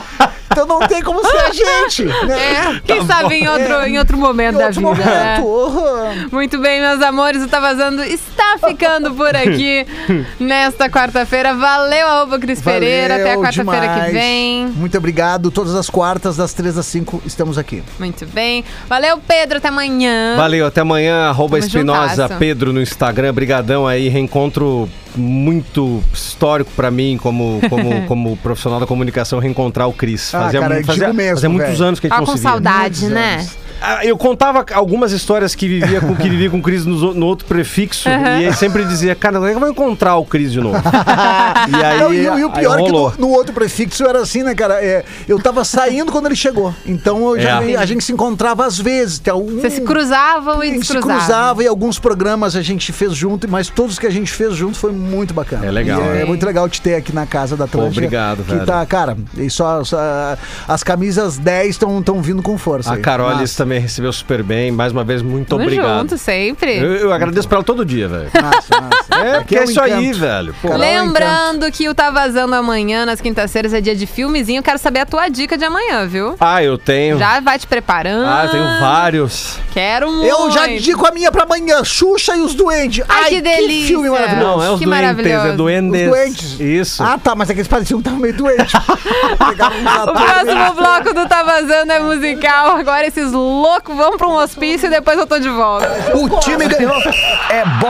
G: então não tem como ser a gente. Né?
C: Quem sabe em outro, em outro momento
G: É. Em
C: da
G: outro
C: vida. né?
G: momento. Uhum. aham.
C: Muito bem, meus amores, o Tá Vazando está ficando por aqui nesta quarta-feira. Valeu, arroba Cris Pereira. Até a
G: Valeu
C: quarta-feira que
G: demais.
C: vem.
G: Muito obrigado. Todas as quartas, das três às cinco, estamos aqui.
C: Muito bem. Valeu, Pedro. Até amanhã.
E: Valeu, até amanhã, arroba
C: Tamo
E: Espinosa
C: juntasso.
E: Pedro no Instagram. Brigadão aí, reencontro muito histórico pra mim como, como, como profissional da comunicação, reencontrar o Cris.
G: Ah, cara, eu
E: fazia,
G: digo mesmo,
E: fazia muitos
G: velho.
E: anos que a gente
C: Ó,
E: não
C: com
E: se via.
C: saudade, né?
E: Ah, Eu contava algumas histórias que vivia com, que vivia com o Cris nos o- no, outro prefixo e ele sempre dizia, cara, como é que eu vou encontrar o Cris de novo? e aí,
G: Não, e, o- e o
E: aí
G: pior é que
E: rolou.
G: no, no outro prefixo era assim, né, cara? É, eu tava saindo quando ele chegou. Então eu já-
E: É.
G: a gente se encontrava às vezes. Então, um-
C: Vocês se cruzavam
G: a
C: e
G: gente se
C: descruzavam.
G: cruzava e alguns programas a gente fez junto, mas todos que a gente fez junto foi muito bacana.
E: É legal,
G: E é,
E: né?
G: muito legal te ter aqui na casa da Atlântica.
E: obrigado,
G: que
E: velho.
G: Tá, cara, e só, só- as camisas 10 estão vindo com força.
E: A
G: aí.
E: Carol
G: Massa.
E: Liz também recebeu super bem. Mais uma vez, muito
C: Tamo
E: obrigado.
C: junto, sempre.
E: Eu, eu agradeço pra ela todo dia, velho.
G: Massa, massa.
E: É, porque
G: Aqui
E: é
G: um
E: isso aí,
G: encanto.
E: velho. Pô.
G: Carol,
C: Lembrando que o Tá Vazando amanhã, nas quintas-feiras, é dia de filmezinho. Quero saber a tua dica de amanhã, viu?
E: Ah, eu tenho.
C: Já vai te preparando.
E: Ah, eu tenho vários.
C: Quero muito.
G: Eu já digo a minha pra amanhã, Xuxa e os Duendes.
C: Ai, que delícia.
G: filme maravilhoso.
E: Não, é os
C: Ah, Que
E: doentes,
C: maravilhoso.
E: é duendes.
G: Os doentes.
E: Isso.
G: Ah, tá, mas aqueles pareciam que estavam meio doentes. Pegaram um uns
C: O
G: atores.
C: próximo bloco do Tá Vazando é musical. Agora esses loucos vão pra um hospício e depois eu tô de volta.
G: O time ganhou. É bom.